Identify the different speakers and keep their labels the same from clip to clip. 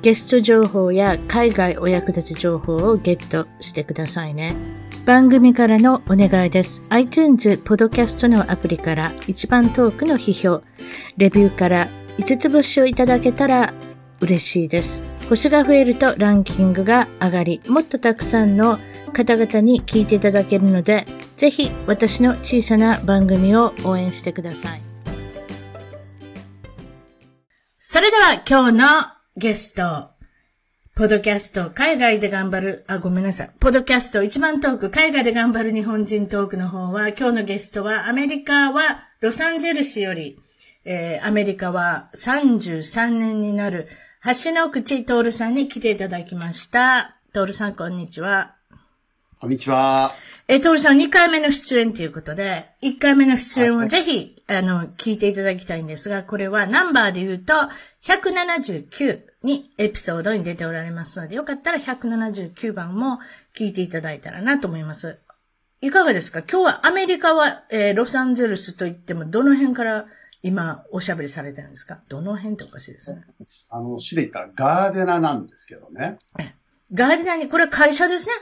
Speaker 1: ゲスト情報や海外お役立ち情報をゲットしてくださいね。番組からのお願いです。iTunes ポドキャストのアプリから一番トークの批評、レビューから5つ星をいただけたら嬉しいです。星が増えるとランキングが上がり、もっとたくさんの方々に聞いていただけるので、ぜひ私の小さな番組を応援してください。それでは今日のゲスト、ポドキャスト、海外で頑張る、あ、ごめんなさい。ポドキャスト一番トーク、海外で頑張る日本人トークの方は、今日のゲストは、アメリカはロサンゼルスより、えーアメリカは33年になる、橋の口徹さんに来ていただきました。徹さん、こんにちは。
Speaker 2: こんにちは。
Speaker 1: えー、トールさん、2回目の出演ということで、1回目の出演をぜひ、あの、聞いていただきたいんですが、これはナンバーで言うと、179にエピソードに出ておられますので、よかったら179番も聞いていただいたらなと思います。いかがですか今日はアメリカは、えーロサンゼルスといっても、どの辺から今、おしゃべりされてるんですかどの辺っておかしいですね。
Speaker 2: あの、市で言ったらガーデナなんですけどね。
Speaker 1: ガーデナーに、これは会社ですね。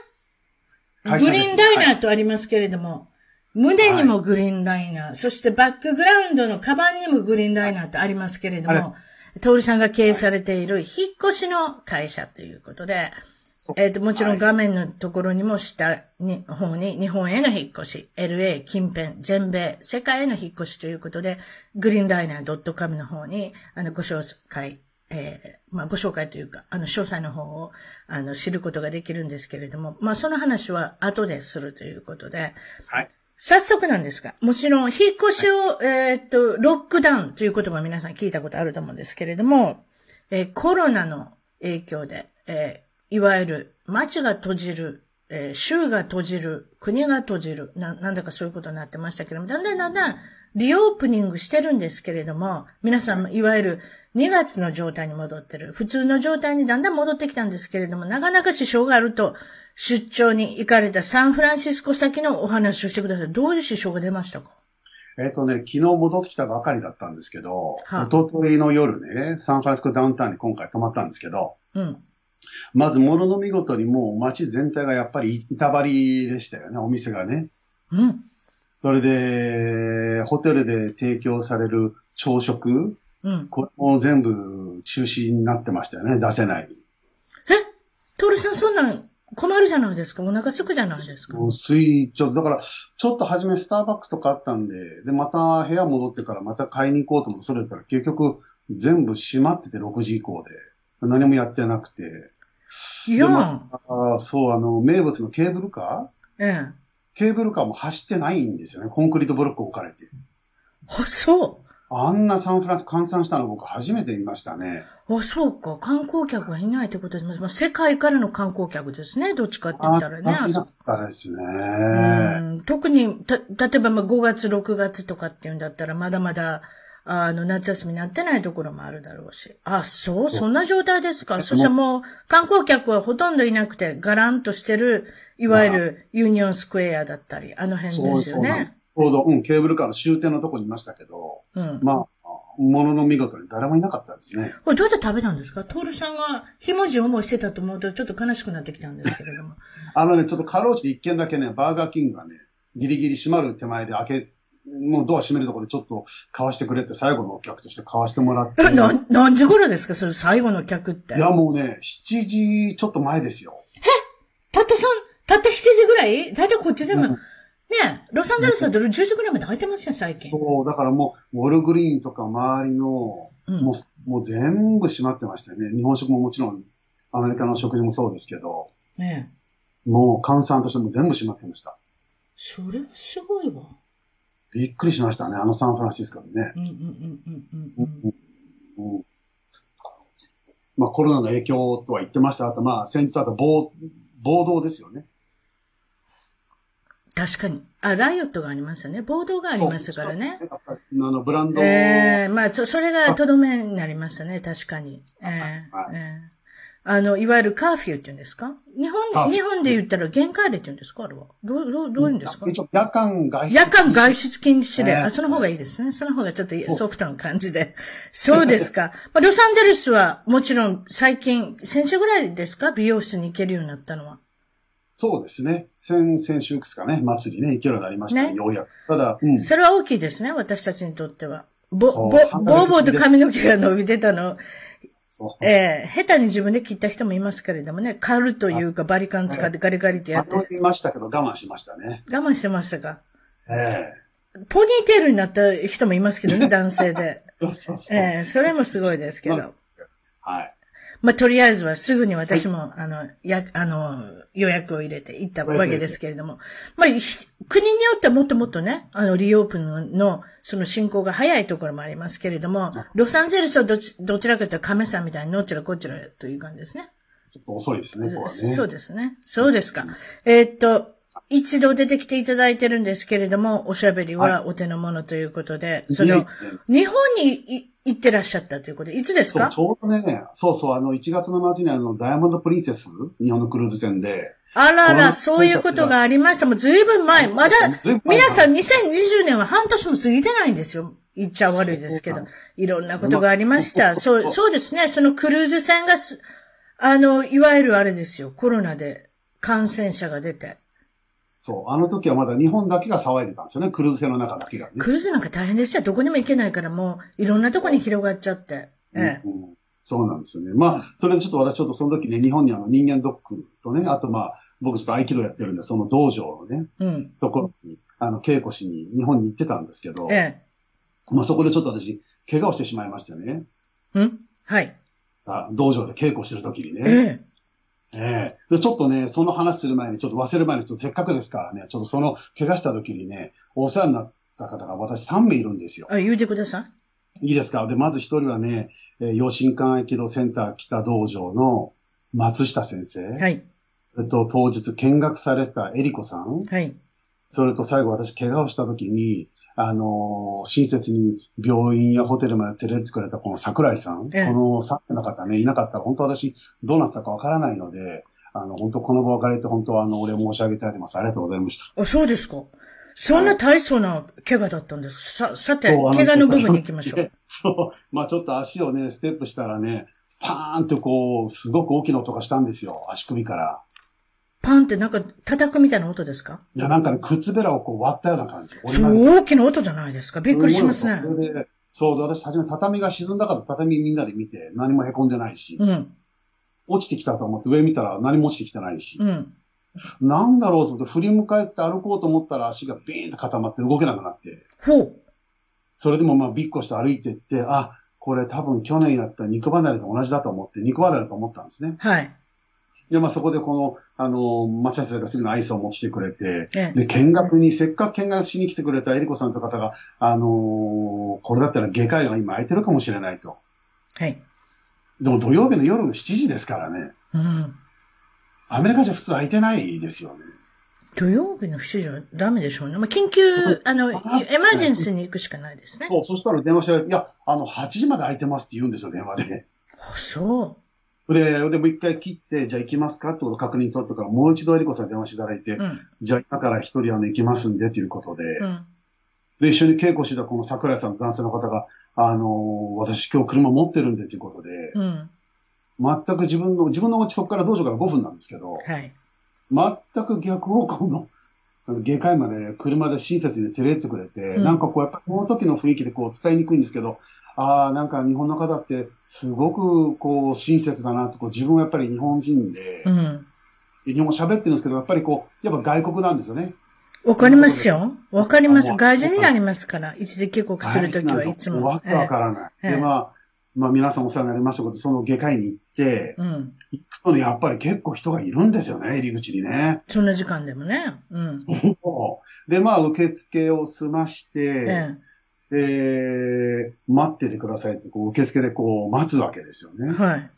Speaker 2: 会
Speaker 1: グ
Speaker 2: 社で
Speaker 1: リ
Speaker 2: す
Speaker 1: ーンライナーとありますけれども、胸にもグリーンライナー、そしてバックグラウンドのカバンにもグリーンライナーとありますけれど
Speaker 2: はいあ
Speaker 1: も、トールさんが経営されている引っ越しの会社ということで、
Speaker 2: そう
Speaker 1: えっ、と、もちろ
Speaker 2: は
Speaker 1: ん
Speaker 2: い
Speaker 1: 画面のところにも下に、方に、日本への引っ越し、LA 近辺、全米、世界への引っ越しということで、グリーンライナー .com の方に、あの、ご紹介、えーまあ、ご紹介というか、あの、詳細の方を、あの、知ることができるんですけれども、まあ、その話は後でするということで、
Speaker 2: はい。
Speaker 1: 早速なんですが、もちろん、引っ越しを、えーっと、ロックダウンという言葉を皆さん聞いたことあると思うんですけれども、えーコロナの影響で、えーいわゆる街が閉じる、えー州が閉じる、国が閉じるな、なんだかそういうことになってましたけれども、だんだんだんだんリオープニングしてるんですけれども、皆さん、いわゆる2月の状態に戻ってる、普通の状態にだんだん戻ってきたんですけれども、なかなか支障があると、出張に行かれたサンフランシスコ先のお話をしてください。どういう支障が出ましたか
Speaker 2: えっ、とね、昨日戻ってきたばかりだったんですけど、
Speaker 1: はい
Speaker 2: 一昨日の夜ね、サンフランシスコダウンタウンに今回泊まったんですけど、
Speaker 1: うん。
Speaker 2: まず物の見事にもう街全体がやっぱり板張りでしたよね、お店がね。
Speaker 1: うん。
Speaker 2: それで、ホテルで提供される朝食、
Speaker 1: うん。
Speaker 2: これも全部中止になってましたよね、出せない。
Speaker 1: トールさん、そんなん困るじゃないですか。お腹すくじゃないですか。
Speaker 2: もう水ちょだから、ちょっと初めスターバックスとかあったんで、で、また部屋戻ってからまた買いに行こうと思って、それだったら結局全部閉まってて6時以降で、何もやってなくて、
Speaker 1: いや
Speaker 2: で
Speaker 1: ん。
Speaker 2: あーそう、あの、名物のケーブルカ
Speaker 1: ええ。
Speaker 2: ーケーブルカーも走ってないんですよね。コンクリートブロック置かれて。
Speaker 1: あ、そ
Speaker 2: あんなサンフランス換算したの僕初めて見ましたね。
Speaker 1: う。あ、そうか。観光客がいないってことです。まあ、世界からの観光客ですね。どっちかって言
Speaker 2: あ
Speaker 1: ったらね。
Speaker 2: だったですね。
Speaker 1: うん特に、た、例えばまあ5月、6月とかっていうんだったら、まだまだ、あの、夏休みになってないところもあるだろうし。あ、そう、そんな状態ですか。
Speaker 2: もう
Speaker 1: そしてもう、観光客はほとんどいなくて、ガランとしてる、いわゆるユニオンスクエアだったり、あの辺ですよ
Speaker 2: なんです
Speaker 1: ね。。
Speaker 2: ちょうど、うん、ケーブルカーの終点のとこにいましたけど、
Speaker 1: うん。
Speaker 2: まあ、ものの見事に誰もいなかったですね。
Speaker 1: これどうやって食べたんですかトールさんが、ひもじい思いしてたと思うと、ちょっと悲しくなってきたんですけれど も。
Speaker 2: あのね、ちょっとかろうじて一軒だけね、バーガーキングがね、ギリギリ閉まる手前で開け、もうドア閉めるところでちょっと買わしてくれって最後のお客として買わしてもらって。
Speaker 1: え、 ない何時頃ですかそれ最後の客って。
Speaker 2: やもうね、7時ちょっと前ですよ。
Speaker 1: たったそん、たった7時ぐらいだいたいこっちでも、
Speaker 2: うん
Speaker 1: ねえ、ロサンゼルスだと10時ぐらいまで空いてますよ、最近。
Speaker 2: そう、だからもう、ウォルグリーンとか周りの、も
Speaker 1: うん
Speaker 2: う、もう全部閉まってましたよね。日本食ももちろん、アメリカの食事もそうですけど、
Speaker 1: ねえ。
Speaker 2: もう、換算としても全部閉まってました。
Speaker 1: それはすごいわ。
Speaker 2: びっくりしましたね、あのサンフランシスコでね。
Speaker 1: うんうんうんうんうんうん。
Speaker 2: うんまあコロナの影響とは言ってました。あとまあ先日あと暴、暴動ですよね。
Speaker 1: 確かに。あ、ライオットがありますよね。暴動がありますからね。
Speaker 2: やっぱりあの、ブランドを、
Speaker 1: ええまあ、そ、それがとどめになりましたね、確かに。ええ
Speaker 2: は
Speaker 1: ええあの、いわゆるカーフィーって言うんですか日
Speaker 2: カーフ
Speaker 1: 本、
Speaker 2: ィー
Speaker 1: 日本で言ったら限界令って言うんですかあれは。どう、どう、どういうんですか
Speaker 2: 一応夜間外出
Speaker 1: 夜間外出禁止令。
Speaker 2: ね
Speaker 1: あ、その方がいいですね。その方がちょっと
Speaker 2: そう
Speaker 1: ソフトな感じで。そうです か。まあ、ロサンゼルスはもちろん最近、先週ぐらいですか美容室に行けるようになったのは。
Speaker 2: そうですね。先、先週ですかね、祭りね、行けるようになりましたね、
Speaker 1: ね
Speaker 2: ようやく。ただ、うん。
Speaker 1: それは大きいですね、私たちにとっては。ぼ、
Speaker 2: そ
Speaker 1: ぼ、
Speaker 2: う
Speaker 1: ぼ
Speaker 2: 3ヶ
Speaker 1: う
Speaker 2: 月
Speaker 1: ぼうと髪の毛が伸びてたの、
Speaker 2: そう。
Speaker 1: ええ下手に自分で切った人もいますけれどもね、刈るというかバリカン使ってガリガリってやって、
Speaker 2: 迷いましたけど、我慢しましたね。
Speaker 1: 我慢してましたか
Speaker 2: え
Speaker 1: ポニーテールになった人もいますけどね、男性 で。
Speaker 2: えそうそうそう。
Speaker 1: ええそれもすごいですけ
Speaker 2: まあ
Speaker 1: ど。
Speaker 2: はい。
Speaker 1: まあ、とりあえずはすぐに私も、あの、や、あの、予約を入れて行ったわけですけれども、まあ、ひ国によってはもっともっとね、あの、リオープンの、その進行が早いところもありますけれども、ロサンゼルスはどちどちらかというと亀さんみたいにのっちらこっちらという感じですね。
Speaker 2: ちょっと遅いですね、ここはね。
Speaker 1: そうですね。そうですか。えーっと、一度出てきていただいてるんですけれども、おしゃべりはお手の物ということで、そ
Speaker 2: いやい
Speaker 1: の
Speaker 2: や、
Speaker 1: 日本にい行ってらっしゃったということで、いつです
Speaker 2: そう、
Speaker 1: か
Speaker 2: ちょうどね、そうそう、あの、1月の末にあの、ダイヤモンドプリンセス、日本のクルーズ船で、
Speaker 1: あら
Speaker 2: こ
Speaker 1: ら、
Speaker 2: の
Speaker 1: そういうことがありました。もうずいぶん前、まだ、
Speaker 2: ずいぶん前
Speaker 1: 皆さん2020年は半年も過ぎてないんですよ。言っちゃ悪いですけ
Speaker 2: そう
Speaker 1: ど
Speaker 2: な。
Speaker 1: いろんなことがありました。
Speaker 2: ま
Speaker 1: そう、そうですね。そのクルーズ船がす、あの、いわゆるあれですよ。コロナで感染者が出て。
Speaker 2: そう、あの時はまだ日本だけが騒いでたんですよね、クルーズ船の中だけがね。
Speaker 1: クルーズなんか大変でしたよ。どこにも行けないからもう、いろんなとこに広がっちゃって。ええ。
Speaker 2: うんうんそうなんですよね。まあ、それでちょっと私ちょっとその時ね、日本にあの人間ドックとね、あとまあ、僕ちょっと合気道やってるんで、その道場のね、
Speaker 1: うん。
Speaker 2: ところに、あの、稽古しに日本に行ってたんですけど、
Speaker 1: え
Speaker 2: まあそこでちょっと私、怪我をしてしまいましてね、
Speaker 1: え。んはい。
Speaker 2: あ道場で稽古してる時に
Speaker 1: え
Speaker 2: ね、
Speaker 1: え。
Speaker 2: ええで、ちょっとね、その話する前に、ちょっと忘れる前に、ちょっとせっかくですからね、ちょっとその怪我した時にね、お世話になった方が私3名いるんですよ。
Speaker 1: あ、言うてください。
Speaker 2: いいですかで、まず一人はね、えー養心館合気道センター北道場の松下先生。
Speaker 1: はい。
Speaker 2: それと当日見学されたエリコさん。
Speaker 1: はい。
Speaker 2: それと最後私怪我をした時に、あのー親切に病院やホテルまで連れてってくれたこの桜井さん。
Speaker 1: ええ
Speaker 2: この3名の方ね、いなかったら本当私どうなってたかわからないので、あの、本当この場を借りて本当あの、お礼申し上げてあります。ありがとうございました。
Speaker 1: あ、そうですか。そんな大層な怪我だったんですかさ、さて、
Speaker 2: そうあの
Speaker 1: 怪我の部分に行きましょ う。
Speaker 2: そう。まあちょっと足をね、ステップしたらね、パーンとこう、すごく大きな音がしたんですよ。足首から。
Speaker 1: パンってなんか叩くみたいな音ですか
Speaker 2: いや、なんかね、靴べらをこう割ったような感じ。折
Speaker 1: そ
Speaker 2: り曲げ
Speaker 1: う、大きな音じゃないですか。びっくりしますね
Speaker 2: そ。れでそう、で私、初め畳が沈んだから畳みんなで見て、何も凹んでないし、
Speaker 1: うん、
Speaker 2: 落ちてきたと思って上見たら何も落ちてきてないし、
Speaker 1: うん。
Speaker 2: なんだろうと思って振り向かえって歩こうと思ったら足がビーンと固まって動けなくなって、
Speaker 1: ほう。
Speaker 2: それでもまあびっこして歩いてって、あ、これ多分去年やった肉離れと同じだと思って、肉離れと思ったんですね。
Speaker 1: はい。
Speaker 2: で、まあそこでこの、あの、町田先生がすぐのアイスを持ってきてくれて、
Speaker 1: ええ。
Speaker 2: で、見学に、せっかく見学しに来てくれたエリコさんという方が、あのーこれだったら外科医が今空いてるかもしれないと。
Speaker 1: はい。
Speaker 2: でも土曜日の夜7時ですからね。
Speaker 1: うん。
Speaker 2: アメリカじゃ普通空いてないですよね。
Speaker 1: 土曜日の7時はダメでしょうね。まあ、緊急、あの、エマ
Speaker 2: あ
Speaker 1: ージェンスに行くしかないですね。
Speaker 2: そう、そしたら電話してられて、いや、あの、8時まで空いてますって言うんですよ、電話で。
Speaker 1: あそう。
Speaker 2: で、で、もう一回切って、じゃあ行きますかってことを確認取ったから、もう一度エリコさんに電話していただいて、
Speaker 1: うん。
Speaker 2: じゃあ今から一人あの行きますんで、ということで、
Speaker 1: うん。
Speaker 2: で、一緒に稽古してたこの桜井さんの男性の方が、あのー私今日車持ってるんで、ということで、
Speaker 1: うん。
Speaker 2: 全く自分の、自分のお家そこから道場から5分なんですけど、
Speaker 1: はい。
Speaker 2: 全く逆方向の、あの下界まで車で親切に連れてってくれて、
Speaker 1: うん
Speaker 2: なんかこうやっぱりこの時の雰囲気でこう伝えにくいんですけど、ああ、なんか日本の方ってすごくこう親切だなと、こう自分はやっぱり日本人で、
Speaker 1: うん。
Speaker 2: 日本語喋ってるんですけど、やっぱりこう、やっぱ外国なんですよね。
Speaker 1: わかりますよ。わかります。
Speaker 2: あ
Speaker 1: 外人になりますから、一時帰国するときはいつも。
Speaker 2: わけわからない。
Speaker 1: ええ
Speaker 2: で、まあ、まあ皆さんお世話になりましたけど、その下界に行って、
Speaker 1: ええうん。
Speaker 2: やっぱり結構人がいるんですよね、入り口にね。
Speaker 1: そんな時間でもね。うん。
Speaker 2: で、まあ受付を済まして、
Speaker 1: え
Speaker 2: えー、待っててくださいって、こう、受付でこう、待つわけですよ
Speaker 1: え
Speaker 2: ね。
Speaker 1: はい。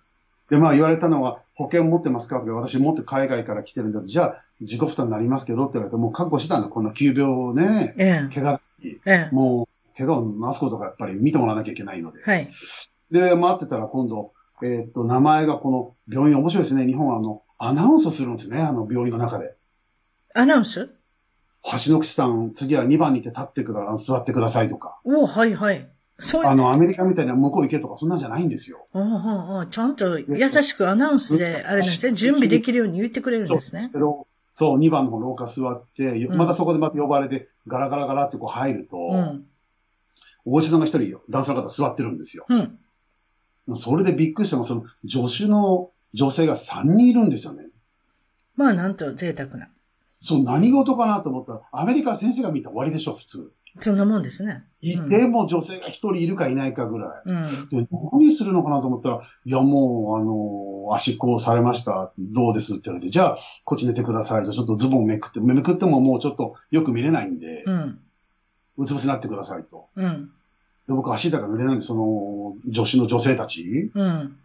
Speaker 2: で、まあ言われたのは、保険持ってますかとか、私持って海外から来てるんだと、じゃあ自己負担になりますけどって言われて、もう覚悟してたんだ、こんな急病をね、
Speaker 1: ええ、
Speaker 2: 怪我、
Speaker 1: ええ、
Speaker 2: もう怪我を治すことがやっぱり見てもらわなきゃいけないので。
Speaker 1: はい。
Speaker 2: で、待ってたら今度、えーっと、名前がこの病院面白いですね。日本はあの、アナウンスするんですね、あの病院の中で。
Speaker 1: アナウンス
Speaker 2: 橋の口さん、次は2番に行って立ってくだ、座ってくださいとか。
Speaker 1: おおはいはい。そう
Speaker 2: あの、アメリカみたいに向こう行けとか、そんなんじゃないんですよ。
Speaker 1: おおおちゃんと優しくアナウンスで、あれなんですね、準備できるように言ってくれるんですね。
Speaker 2: ろそう、2番の廊下座って、よ
Speaker 1: うん
Speaker 2: またそこでまた呼ばれて、ガラガラガラってこう入ると、
Speaker 1: うん。
Speaker 2: お医者さんが一人、男性の方座ってるんですよ。
Speaker 1: うん。
Speaker 2: それでびっくりしたのが、その、助手の女性が3人いるんですよね。
Speaker 1: まあ、なんと贅沢な。
Speaker 2: そう、何事かなと思ったら、アメリカ先生が見たら終わりでしょ、普通。
Speaker 1: そんなもんですね。うん
Speaker 2: でも女性が一人いるかいないかぐら
Speaker 1: うん。
Speaker 2: い。で、何するのかなと思ったら、いや、もう、あの、圧縮されました。どうですって言われて、じゃあ、こっち寝てください。じゃあちょっとズボンめくって、めくってももうちょっとよく見れないんで、
Speaker 1: うん。
Speaker 2: うつ伏せになってくださいと。
Speaker 1: うん。
Speaker 2: で僕足だから濡れないんで、その、助手の女性たち
Speaker 1: うん。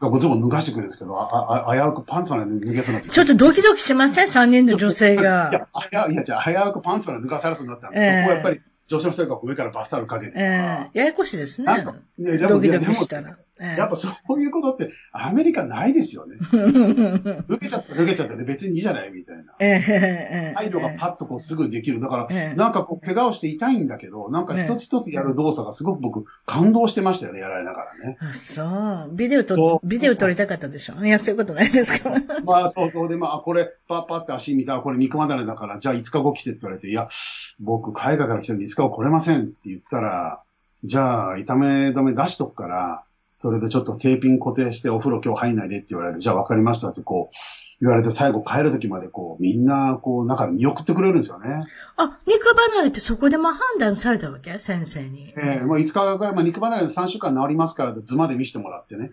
Speaker 2: がズボン脱がしてくれるんですけど、あ、あ、あ危うくパンツまで脱げそうになって。
Speaker 1: ちょっとドキドキしません ?3 人の女性
Speaker 2: いや
Speaker 1: が。、
Speaker 2: あいや、じゃあ、危うくパンツまで脱がされそうになったんで、
Speaker 1: ええ
Speaker 2: そこはやっぱり、女性の人が上からバスタオルかけてと
Speaker 1: え
Speaker 2: か、
Speaker 1: えややこしいですね
Speaker 2: なんか。いやでも
Speaker 1: ドキド
Speaker 2: いやで
Speaker 1: キ
Speaker 2: も
Speaker 1: したら。ええ
Speaker 2: やっぱそういうことって、アメリカないですよね。
Speaker 1: うん
Speaker 2: 脱げちゃった、脱げちゃったで別にいいじゃないみたいな。
Speaker 1: ええええ
Speaker 2: 態度がパッとこうすぐできる。だから、
Speaker 1: ええ
Speaker 2: なんかこう、怪我をして痛いんだけど、なんか一つ一つやる動作がすごく僕、感動してましたよね、やられながらね。
Speaker 1: あ、そう。ビデオ
Speaker 2: そ
Speaker 1: 撮
Speaker 2: う
Speaker 1: ビデオ撮りたかったでしょいや、そういうことないですか
Speaker 2: まあ、そうそう。で、まあ、これ、パッパって足見たら、これ肉離れだから、じゃあ5日後来てって言われて、いや、僕、海外から来てるんで5日後来れませんって言ったら、じゃあ、痛め止め出しとくから、それでちょっとテーピング固定してお風呂今日入んないでって言われて、じゃあ分かりましたってこう、言われて最後帰る時までこう、みんなこう、中で見送ってくれるんですよね。
Speaker 1: あ、肉離れってそこでもう判断されたわけ先生に
Speaker 2: え。えまあ5日から、まあ肉離れで3週間治りますからって図まで見せてもらってね。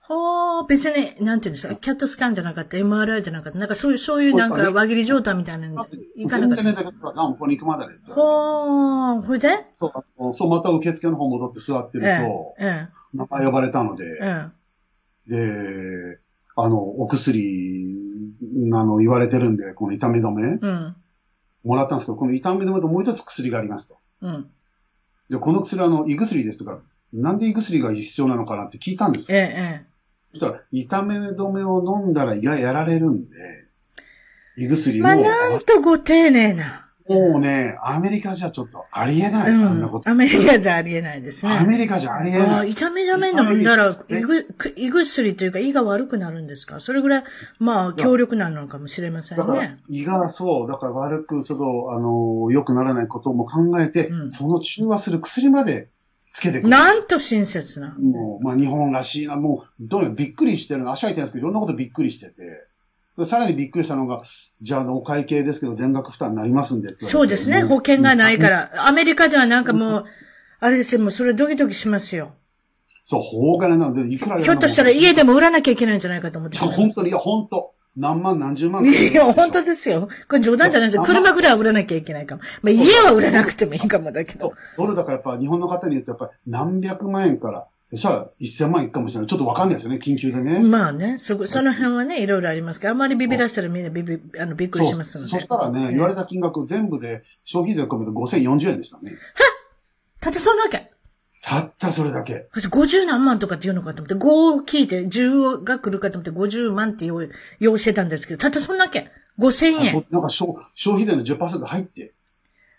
Speaker 1: ほー、別に、なんていうんですか、キャットスキャンじゃなかった、MRI じゃなかった、なんかそういう、そういうなんか輪切り状態みたいなのにいかなかったんで
Speaker 2: 全然ね、
Speaker 1: す
Speaker 2: だ
Speaker 1: か。
Speaker 2: から、あ、もうこれ肉離れって言われて
Speaker 1: ほー、ほいで
Speaker 2: そうあのそう、また受付の方戻って座って
Speaker 1: え
Speaker 2: る
Speaker 1: え
Speaker 2: と、、
Speaker 1: え
Speaker 2: 名前呼ばれたので、
Speaker 1: え、え
Speaker 2: で、あの、お薬、あの、言われてるんで、この痛み止め
Speaker 1: え、うん、
Speaker 2: もらったんですけど、この痛み止めともう一つ薬がありますと。
Speaker 1: うん、
Speaker 2: で、この薬はあの、胃薬ですとか、なんで胃薬が必要なのかなって聞いたんです
Speaker 1: ええ、
Speaker 2: よ。
Speaker 1: ええ。
Speaker 2: そしたら、痛み止めを飲んだら胃がやられるんで、胃薬も、
Speaker 1: まあ、なんとご丁寧な。
Speaker 2: もうね、アメリカじゃちょっとありえない、
Speaker 1: う
Speaker 2: あんなこ
Speaker 1: ん。
Speaker 2: と。
Speaker 1: アメリカじゃありえないですね。
Speaker 2: アメリカじゃありえ
Speaker 1: あ
Speaker 2: な
Speaker 1: あ、
Speaker 2: い。
Speaker 1: 痛み止め飲んだら
Speaker 2: 痛、み
Speaker 1: 胃ぐく胃薬というか胃が悪くなるんですかそれぐらい、まあ、強力なのかもしれませ
Speaker 2: だ
Speaker 1: ん
Speaker 2: から
Speaker 1: ね。、
Speaker 2: 胃がそう、だから悪く、ちょっと、あの、良くならないことも考えて、
Speaker 1: うん
Speaker 2: その中和する薬までつけてくる。
Speaker 1: なんと親切な。
Speaker 2: もう、まあ、日本らしいな、もう、どうにかびっくりしてるの、足は痛いんですけど、いろんなことびっくりしてて、でさらにびっくりしたのが、じゃあ、あのお会計ですけど、全額負担になりますんでって言
Speaker 1: そ
Speaker 2: わ
Speaker 1: う
Speaker 2: れて
Speaker 1: ですね。保険がないか。
Speaker 2: も
Speaker 1: ら。アメリカではなんかもう、あれですよ、もうそれドキドキしますよ。
Speaker 2: そう、法金なので、いくらや
Speaker 1: ひょっとしたら家
Speaker 2: で。
Speaker 1: でも売らなきゃいけないんじゃないかと思ってし
Speaker 2: そう
Speaker 1: ま
Speaker 2: 本当に、いや、本当何万、何十万
Speaker 1: う。いや、本当
Speaker 2: に。
Speaker 1: ですよ。これ冗談じゃないですよ。
Speaker 2: そう
Speaker 1: 車ぐらいは売らなきゃいけないかも。まあ、家は売らなくてもいいかもだけ
Speaker 2: そう
Speaker 1: ど。
Speaker 2: ドルだから、やっぱ、日本の方に言うと、やっぱり、何百万円から、そしたら、一千万いくかもしれない。ちょっとわかんないですよね、緊急でね。
Speaker 1: まあね、そこ、その辺はね、いろいろありますけど、あまりビビらしたらみんなビビ、あの、びっくりしますの
Speaker 2: そ
Speaker 1: で。
Speaker 2: そしたらね、言われた金額全部で、消費税を込めて5040円でしたね。
Speaker 1: たったそんなわけ。
Speaker 2: たったそれだけ。
Speaker 1: 私50何万とかって言うのかと思って、5を聞いて10が来るかと思って50万って用意用意してたんですけど、たったそんだけ。5000
Speaker 2: あそ
Speaker 1: 円
Speaker 2: う。なんか消消費税の10%入って、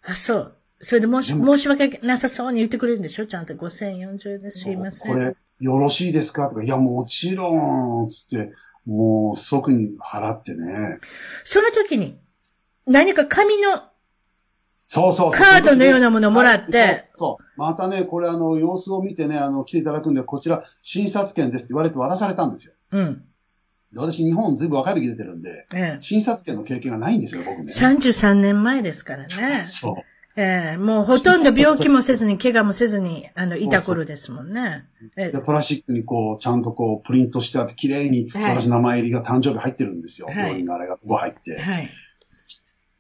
Speaker 1: あ、そう。それで申し、
Speaker 2: でも
Speaker 1: 申し訳なさそうに言ってくれるんでしょちゃんと5040円ですいませ
Speaker 2: こ
Speaker 1: ん。
Speaker 2: れよろしいですかとか、いや、もちろん、つって、もう即に払ってね。
Speaker 1: その時に、何か紙の、
Speaker 2: そうそうそう
Speaker 1: カードのようなものをもらって
Speaker 2: はいそうそう。またね、これあの、様子を見てね、あの、来ていただくんで、こちら、診察券ですって言われて渡されたんですよ。
Speaker 1: うん、
Speaker 2: で私、日本ずいぶん若い時出てるんで、
Speaker 1: ええ。
Speaker 2: 診察券の経験がないんですよ、僕ね。
Speaker 1: 33年前ですからね。
Speaker 2: そう。
Speaker 1: ええ、もうほとんど病気もせずに、怪我もせずに、あの、いた頃ですもんね。え
Speaker 2: で、プラスチックにこう、ちゃんとこう、プリントしてあって、綺麗に、
Speaker 1: はい
Speaker 2: 私の名前入りが誕生日入ってるんですよ。
Speaker 1: はい
Speaker 2: 病院のあれがここ入っ
Speaker 1: え、
Speaker 2: て。
Speaker 1: はい。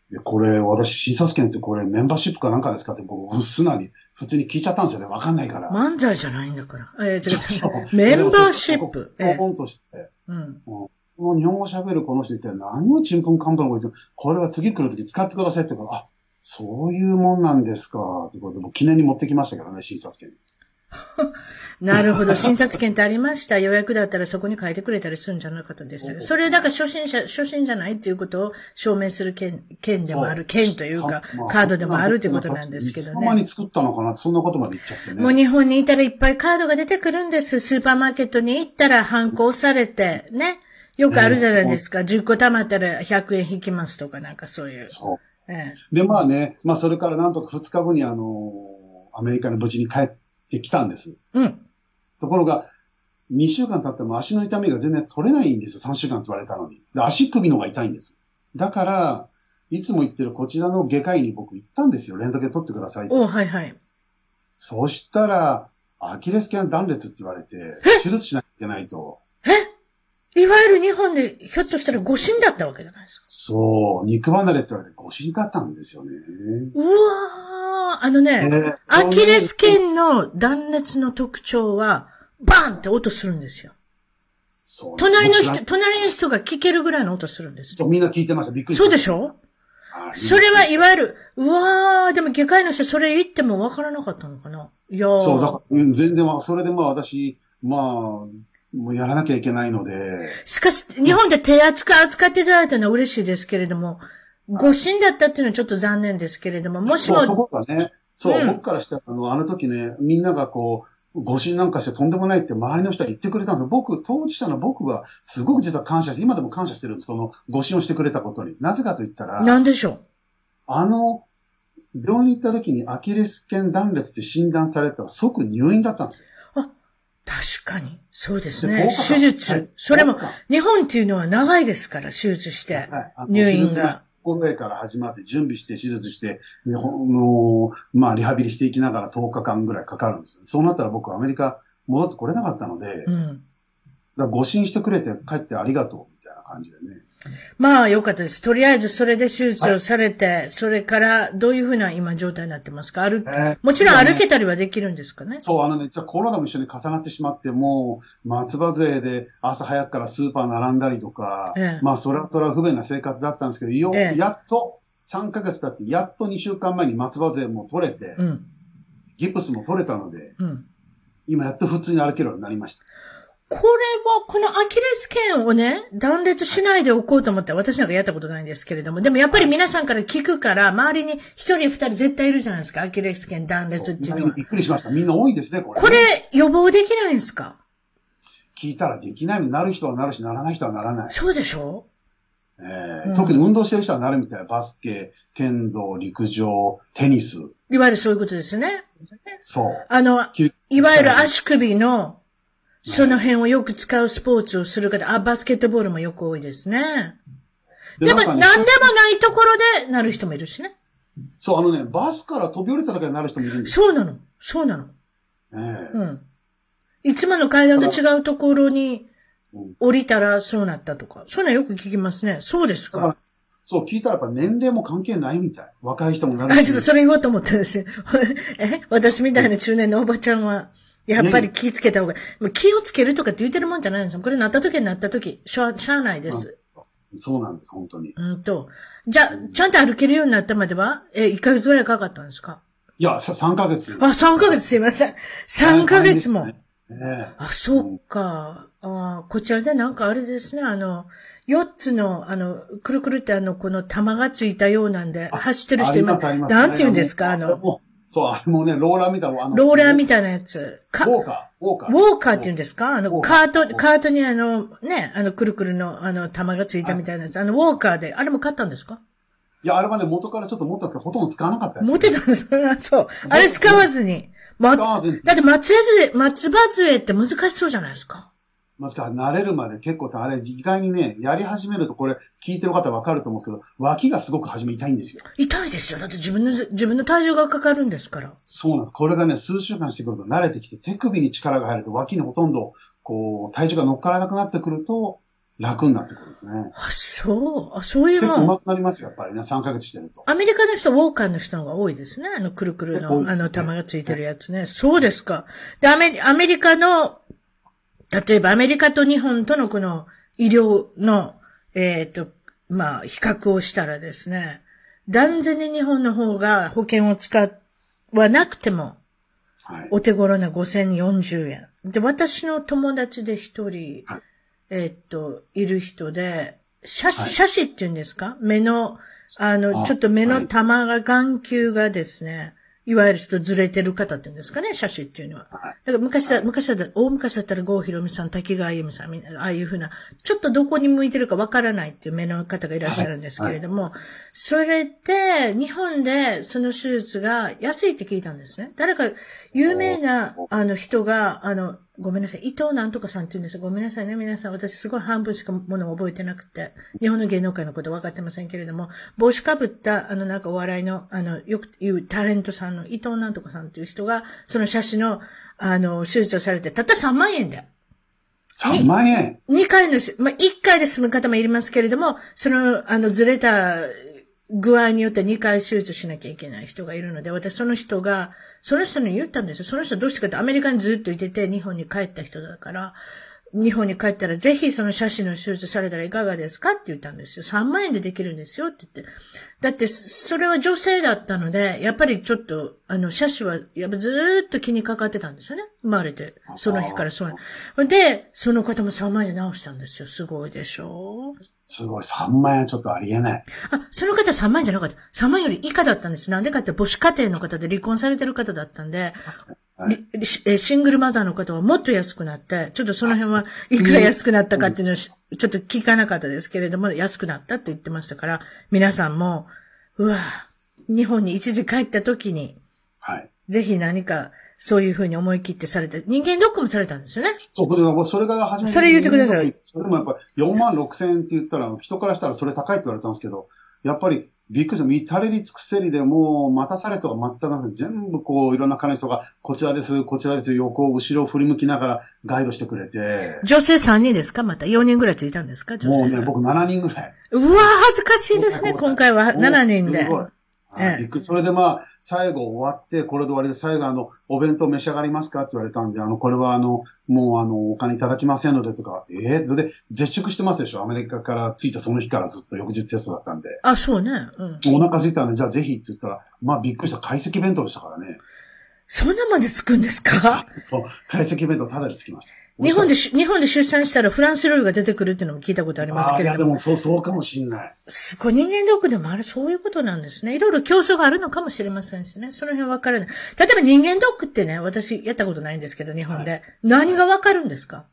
Speaker 2: で、これ、私、診察券ってこれ、メンバーシップかなんかですかって、僕、素直に、普通に聞いちゃったんですよね。わかんないから。
Speaker 1: 漫才じゃないんだから。えー、違
Speaker 2: そうう
Speaker 1: 違うメンバーシップ。
Speaker 2: ポ
Speaker 1: え
Speaker 2: ンポンとして、
Speaker 1: ーうん。
Speaker 2: この日本語喋るこの人一体何をちんぷんかんぷんこと言って、これは次来るとき使ってくださいって言うから、あ、そういうもんなんですか、ということで、もう記念に持ってきましたからね、診察券。
Speaker 1: なるほど。診察券ってありました。予約だったらそこに書いてくれたりするんじゃなかったでした
Speaker 2: そう
Speaker 1: それをだから初心者、初心じゃないっていうことを証明する券、券でもある。券というか、
Speaker 2: ま
Speaker 1: カードでもあるということなんですけ
Speaker 2: い
Speaker 1: ど
Speaker 2: つの間
Speaker 1: ね。
Speaker 2: に作ったのかなそんなことまで言っちゃってね。
Speaker 1: もう日本にいたらいっぱいカードが出てくるんです。スーパーマーケットに行ったら反抗されて、ね。よくあるじゃないですか。10個貯まったら100円引きますとかなんかそういう。
Speaker 2: そ
Speaker 1: ええ
Speaker 2: う。で、まあね、まあそれからなんとか2日後にあのーアメリカに無事に帰ってきたんです。
Speaker 1: うん。
Speaker 2: ところが、2週間経っても足の痛みが全然取れないんですよ。3週間って言われたのに。で足首の方が痛いんです。だから、いつも行ってるこちらの外科医に僕行ったんですよ。レントゲン取ってくださいって。
Speaker 1: おうはいはい。
Speaker 2: そうしたら、アキレス腱断裂って言われて、手術しなきゃいけないと。
Speaker 1: いわゆる日本でひょっとしたら誤診だったわけじゃないですか。
Speaker 2: そう、肉離れって言われて誤診だったんですよね。
Speaker 1: うわー、あのね、
Speaker 2: ね
Speaker 1: アキレス腱の断裂の特徴は、バーンって音するんですよ。
Speaker 2: そう
Speaker 1: 隣の
Speaker 2: もち
Speaker 1: 人、
Speaker 2: ろん
Speaker 1: 隣の人が聞けるぐらいの音するんです
Speaker 2: そ。う、みんな聞いてました。びっくり
Speaker 1: そうで
Speaker 2: し
Speaker 1: しょ
Speaker 2: た。あ
Speaker 1: それはいわゆる、うわー、でも外科医の人それ言ってもわからなかったのかないやー。
Speaker 2: そう、だから、うん、全然わ、それでまあ私、まあ、もうやらなきゃいけないので、
Speaker 1: しかし、日本で手厚く扱っていただいたのは嬉しいですけれども、誤診だったっていうのはちょっと残念ですけれども、もし
Speaker 2: そう、と
Speaker 1: も、
Speaker 2: ころがね、そう、
Speaker 1: うん
Speaker 2: 僕からしたら、あの、あの時ね、みんながこう、誤診なんかしてとんでもないって周りの人は言ってくれたんですよ。僕、当事者の僕は、すごく実は感謝して、今でも感謝してるんです。その、誤診をしてくれたことに。なぜかと言ったら、
Speaker 1: なんでしょ
Speaker 2: あの、病院に行った時にアキレス腱断裂って診断されたら即入院だったんですよ。
Speaker 1: うあ、確かに。そうです
Speaker 2: で
Speaker 1: ね
Speaker 2: 合。格
Speaker 1: 手術。
Speaker 2: はい
Speaker 1: それも
Speaker 2: 合格
Speaker 1: 日本っていうのは長いですから、手術して。
Speaker 2: はいあの
Speaker 1: 入院が
Speaker 2: 手術心得から始まって、準備して、手術して、日本の、まあ、リハビリしていきながら10日間ぐらいかかるんですよ。そうなったら僕、アメリカ戻ってこれなかったので、だか
Speaker 1: うん。
Speaker 2: ら誤診してくれて帰ってありがとう、みたいな感じでね。
Speaker 1: まあ、よかったです。とりあえず、それで手術をされて、それから、どういうふうな今状態になってますか歩、もちろん
Speaker 2: 今ね
Speaker 1: 歩けたりはできるんですかね。
Speaker 2: そう、あのね、実はコロナも一緒に重なってしまって、もう、松葉杖で朝早くからスーパー並んだりとか、
Speaker 1: ええ
Speaker 2: まあ、それはそれは不便な生活だったんですけど、よ、
Speaker 1: ええ
Speaker 2: やっと、3ヶ月経って、やっと2週間前に松葉杖も取れて、
Speaker 1: うん。
Speaker 2: ギプスも取れたので、
Speaker 1: うん。
Speaker 2: 今やっと普通に歩けるようになりました。
Speaker 1: これは、このアキレス腱をね、断裂しないでおこうと思ったら私なんかやったことないんですけれども、でもやっぱり皆さんから聞くから、周りに一人二人絶対いるじゃないですか、アキレス腱断裂っていうの
Speaker 2: そう
Speaker 1: は。
Speaker 2: びっくりしました。みんな多いですね、これ。
Speaker 1: これ、予防できないんですか
Speaker 2: 聞いたらできない。なる人はなるし、ならない人はならない。
Speaker 1: そうでしょ
Speaker 2: え
Speaker 1: う
Speaker 2: ー
Speaker 1: ん
Speaker 2: 特に運動してる人はなるみたい。バスケ、剣道、陸上、テニス。
Speaker 1: いわゆるそういうことですよね。
Speaker 2: そう。
Speaker 1: あの、
Speaker 2: きゅ
Speaker 1: いわゆる足首の、その辺をよく使うスポーツをする方、あ、バスケットボールもよく多いですね。でも、
Speaker 2: な
Speaker 1: なんん
Speaker 2: か
Speaker 1: でも
Speaker 2: ね
Speaker 1: ないところでなる人もいるしね。
Speaker 2: そう、あのね、バスから飛び降りただけでなる人もいるんです
Speaker 1: そうなの。そうなの。
Speaker 2: よね。
Speaker 1: うん。いつもの階段と違うところに
Speaker 2: うん
Speaker 1: 降りたらそうなったとか。そういうのよく聞きますね。そうです
Speaker 2: だか。
Speaker 1: から
Speaker 2: そう、聞いたらやっぱ年齢も関係ないみたい。若い人もなる
Speaker 1: あ、ちょっとそれ言おうと思ったんですよ。 え私みたいな中年のおばちゃんは、やっぱり気をつけた方が、もう気をつけるとかって言ってるもんじゃないんですよ。これなった時になった時、しゃあ、しゃあないです。
Speaker 2: そうなんです、本当に。
Speaker 1: うんと。じゃ、ちゃんと歩けるようになったまでは、え、1ヶ月ぐらいかかったんですか
Speaker 2: いや、さ3ヶ月。
Speaker 1: あ、3ヶ月すいません。3ヶ月も。
Speaker 2: ええ
Speaker 1: あ、そっか。あーこちらでなんかあれですね、あの、4つの、あの、くるくるってあの、この玉がついたようなんで、
Speaker 2: あ
Speaker 1: 走ってる
Speaker 2: あ
Speaker 1: 人
Speaker 2: りま
Speaker 1: 今
Speaker 2: すあり、ます
Speaker 1: なんて言うんですか、あ
Speaker 2: れ
Speaker 1: の、
Speaker 2: もそう、あれもね、ローラーみたいな、あの、
Speaker 1: ローラーみ
Speaker 2: た
Speaker 1: たいなやつ。か、
Speaker 2: ウ
Speaker 1: ウ
Speaker 2: ォーカー、ウォーカー。
Speaker 1: ォーカーって言うんですかあの、
Speaker 2: ウォーカ
Speaker 1: カ
Speaker 2: ー
Speaker 1: ート、カートにあの、ね、あの、くるくるの、あの、玉がついたみたいなやつ。あの、ウォーカーで、あれも買ったんですか
Speaker 2: いや、あれはね、元からちょっと持ったんですけど、ほとんど使わなかったです。
Speaker 1: 持ってたんですかそう。あれ使わずに。ま、
Speaker 2: 使
Speaker 1: だ
Speaker 2: わずに、
Speaker 1: って松江杖、松葉杖って難しそうじゃないですか。
Speaker 2: まさか慣れるまで結構た、あれ、意外にね、やり始めると、これ、聞いてる方わかると思うんですけど、脇がすごく始め痛いんですよ。
Speaker 1: 痛いですよ。だって自分の、自分の体重がかかるんですから。
Speaker 2: そうなんです。これがね、数週間してくると慣れてきて、手首に力が入ると、脇にほとんど、こう、体重が乗っからなくなってくると、楽になってくるんですね。
Speaker 1: あ、そう。あ、そういう
Speaker 2: 結構
Speaker 1: も
Speaker 2: 上
Speaker 1: ん。
Speaker 2: 手くなりますよ、やっぱりね。3ヶ月してると。
Speaker 1: アメリカの人、ウォーカーの人の方が多いですね。あの、くるくる
Speaker 2: 多
Speaker 1: の、
Speaker 2: いで
Speaker 1: あ
Speaker 2: すね
Speaker 1: の、玉がついてるやつね。そうですか。で、アメリアメリカの、例えばアメリカと日本とのこの医療の、えっ、と、まあ、比較をしたらですね、断然に日本の方が保険を使わなくても、
Speaker 2: はい。
Speaker 1: お手頃な5040円。で、私の友達で一人、
Speaker 2: はい
Speaker 1: えーっと、いる人で、斜
Speaker 2: はい
Speaker 1: 斜視って言うんですか目の、あの、
Speaker 2: あ
Speaker 1: ちょっと目
Speaker 2: は
Speaker 1: の
Speaker 2: い
Speaker 1: 玉が、眼球がですね、いわゆるちょっとずれてる方って言うんですかね、斜視っていうのは。
Speaker 2: はい
Speaker 1: だから昔だ、昔だ、大昔だったら郷ひろみさん、滝川由美さん、みんなああいうふうな、ちょっとどこに向いてるかわからないっていう目の方がいらっしゃるんですけれども、それで、日本でその手術が安いって聞いたんですね。誰か、有名な、あの人が、あの、ごめんなさい、伊藤なんとかさんって言うんですよ。ごめんなさいね、皆さん。私すごい半分しかものを覚えてなくて、日本の芸能界のこと分かってませんけれども、帽子かぶった、あの、なんかお笑いの、あの、よく言うタレントさんの伊藤なんとかさんっていう人が、その写真の、あの、手術をされて、たった3万円で。
Speaker 2: 3万円
Speaker 1: 2回のし、まあ、1回で済む方もいますけれども、その、あの、ずれた具合によって2回手術しなきゃいけない人がいるので、私その人が、その人に言ったんですよ。その人どうしてかってアメリカにずっといてて、日本に帰った人だから、日本に帰ったらぜひその写真の手術されたらいかがですかって言ったんですよ。3万円でできるんですよって言って。だって、それは女性だったので、やっぱりちょっと、あの、写真は、やっぱずーっと気にかかってたんですよね。生まれて。その日からそう。で、その方も3万円で直したんですよ。すごいでしょ
Speaker 2: すごい、3万円はちょっとありえない。
Speaker 1: あ、その方3万円じゃなかった。3万円より以下だったんです。なんでかって母子家庭の方で離婚されてる方だったんで、
Speaker 2: はい
Speaker 1: りしえシングルマザーの方はもっと安くなって、ちょっとその辺はいくら安くなったかっていうのをしちょっと聞かなかったですけれども、安くなったって言ってましたから、皆さんも、うわぁ日本に一時帰った時に、
Speaker 2: はい。
Speaker 1: ぜひ何かそういうふうに思い切ってされて、人間ドックもされたんですよね。
Speaker 2: そう、これそれが初めて。
Speaker 1: それ言ってください。
Speaker 2: それでもやっぱり4万6千円って言ったら、人からしたらそれ高いって言われたんですけど、やっぱりびっくりした。至れり尽くせりでもう待たされとは全くなくて、全部こういろんな彼の人が、こちらです、こちらです、横、後ろを振り向きながらガイドしてくれて、
Speaker 1: 女性3人ですかまた4人ぐらいついたんですか女
Speaker 2: もう
Speaker 1: 性
Speaker 2: ね、
Speaker 1: が。
Speaker 2: 僕7人ぐらい。
Speaker 1: うわー恥ずかしいですね、今回は。7人で。
Speaker 2: すごい
Speaker 1: ええ
Speaker 2: はいびっくり。それでまあ、最後終わって、これで終わりで、最後あの、お弁当召し上がりますかって言われたんで、あの、これはあの、もうあの、お金いただきませんのでとか、ええで、絶食してますでしょアメリカから着いたその日からずっと翌日テストだったんで。
Speaker 1: あ、そうね。うん。
Speaker 2: お腹空いたんで、じゃあぜひって言ったら、まあびっくりした。解析弁当でしたからね。
Speaker 1: そんなまでつくんです か
Speaker 2: 解析弁当ただでつきました。
Speaker 1: 日本
Speaker 2: で
Speaker 1: でし、日本で出産したらフランス料理が出てくるっていうのも聞いたことあります
Speaker 2: あ
Speaker 1: け
Speaker 2: い
Speaker 1: れ
Speaker 2: や、で
Speaker 1: ども。
Speaker 2: もそう、そうかもしんない。
Speaker 1: すごい。人間ドックでもあれ、そういうことなんですね。いろいろ競争があるのかもしれませんしね。その辺わからない。例えば人間ドックってね、私やったことないんですけど、日本で。何がわかるんですか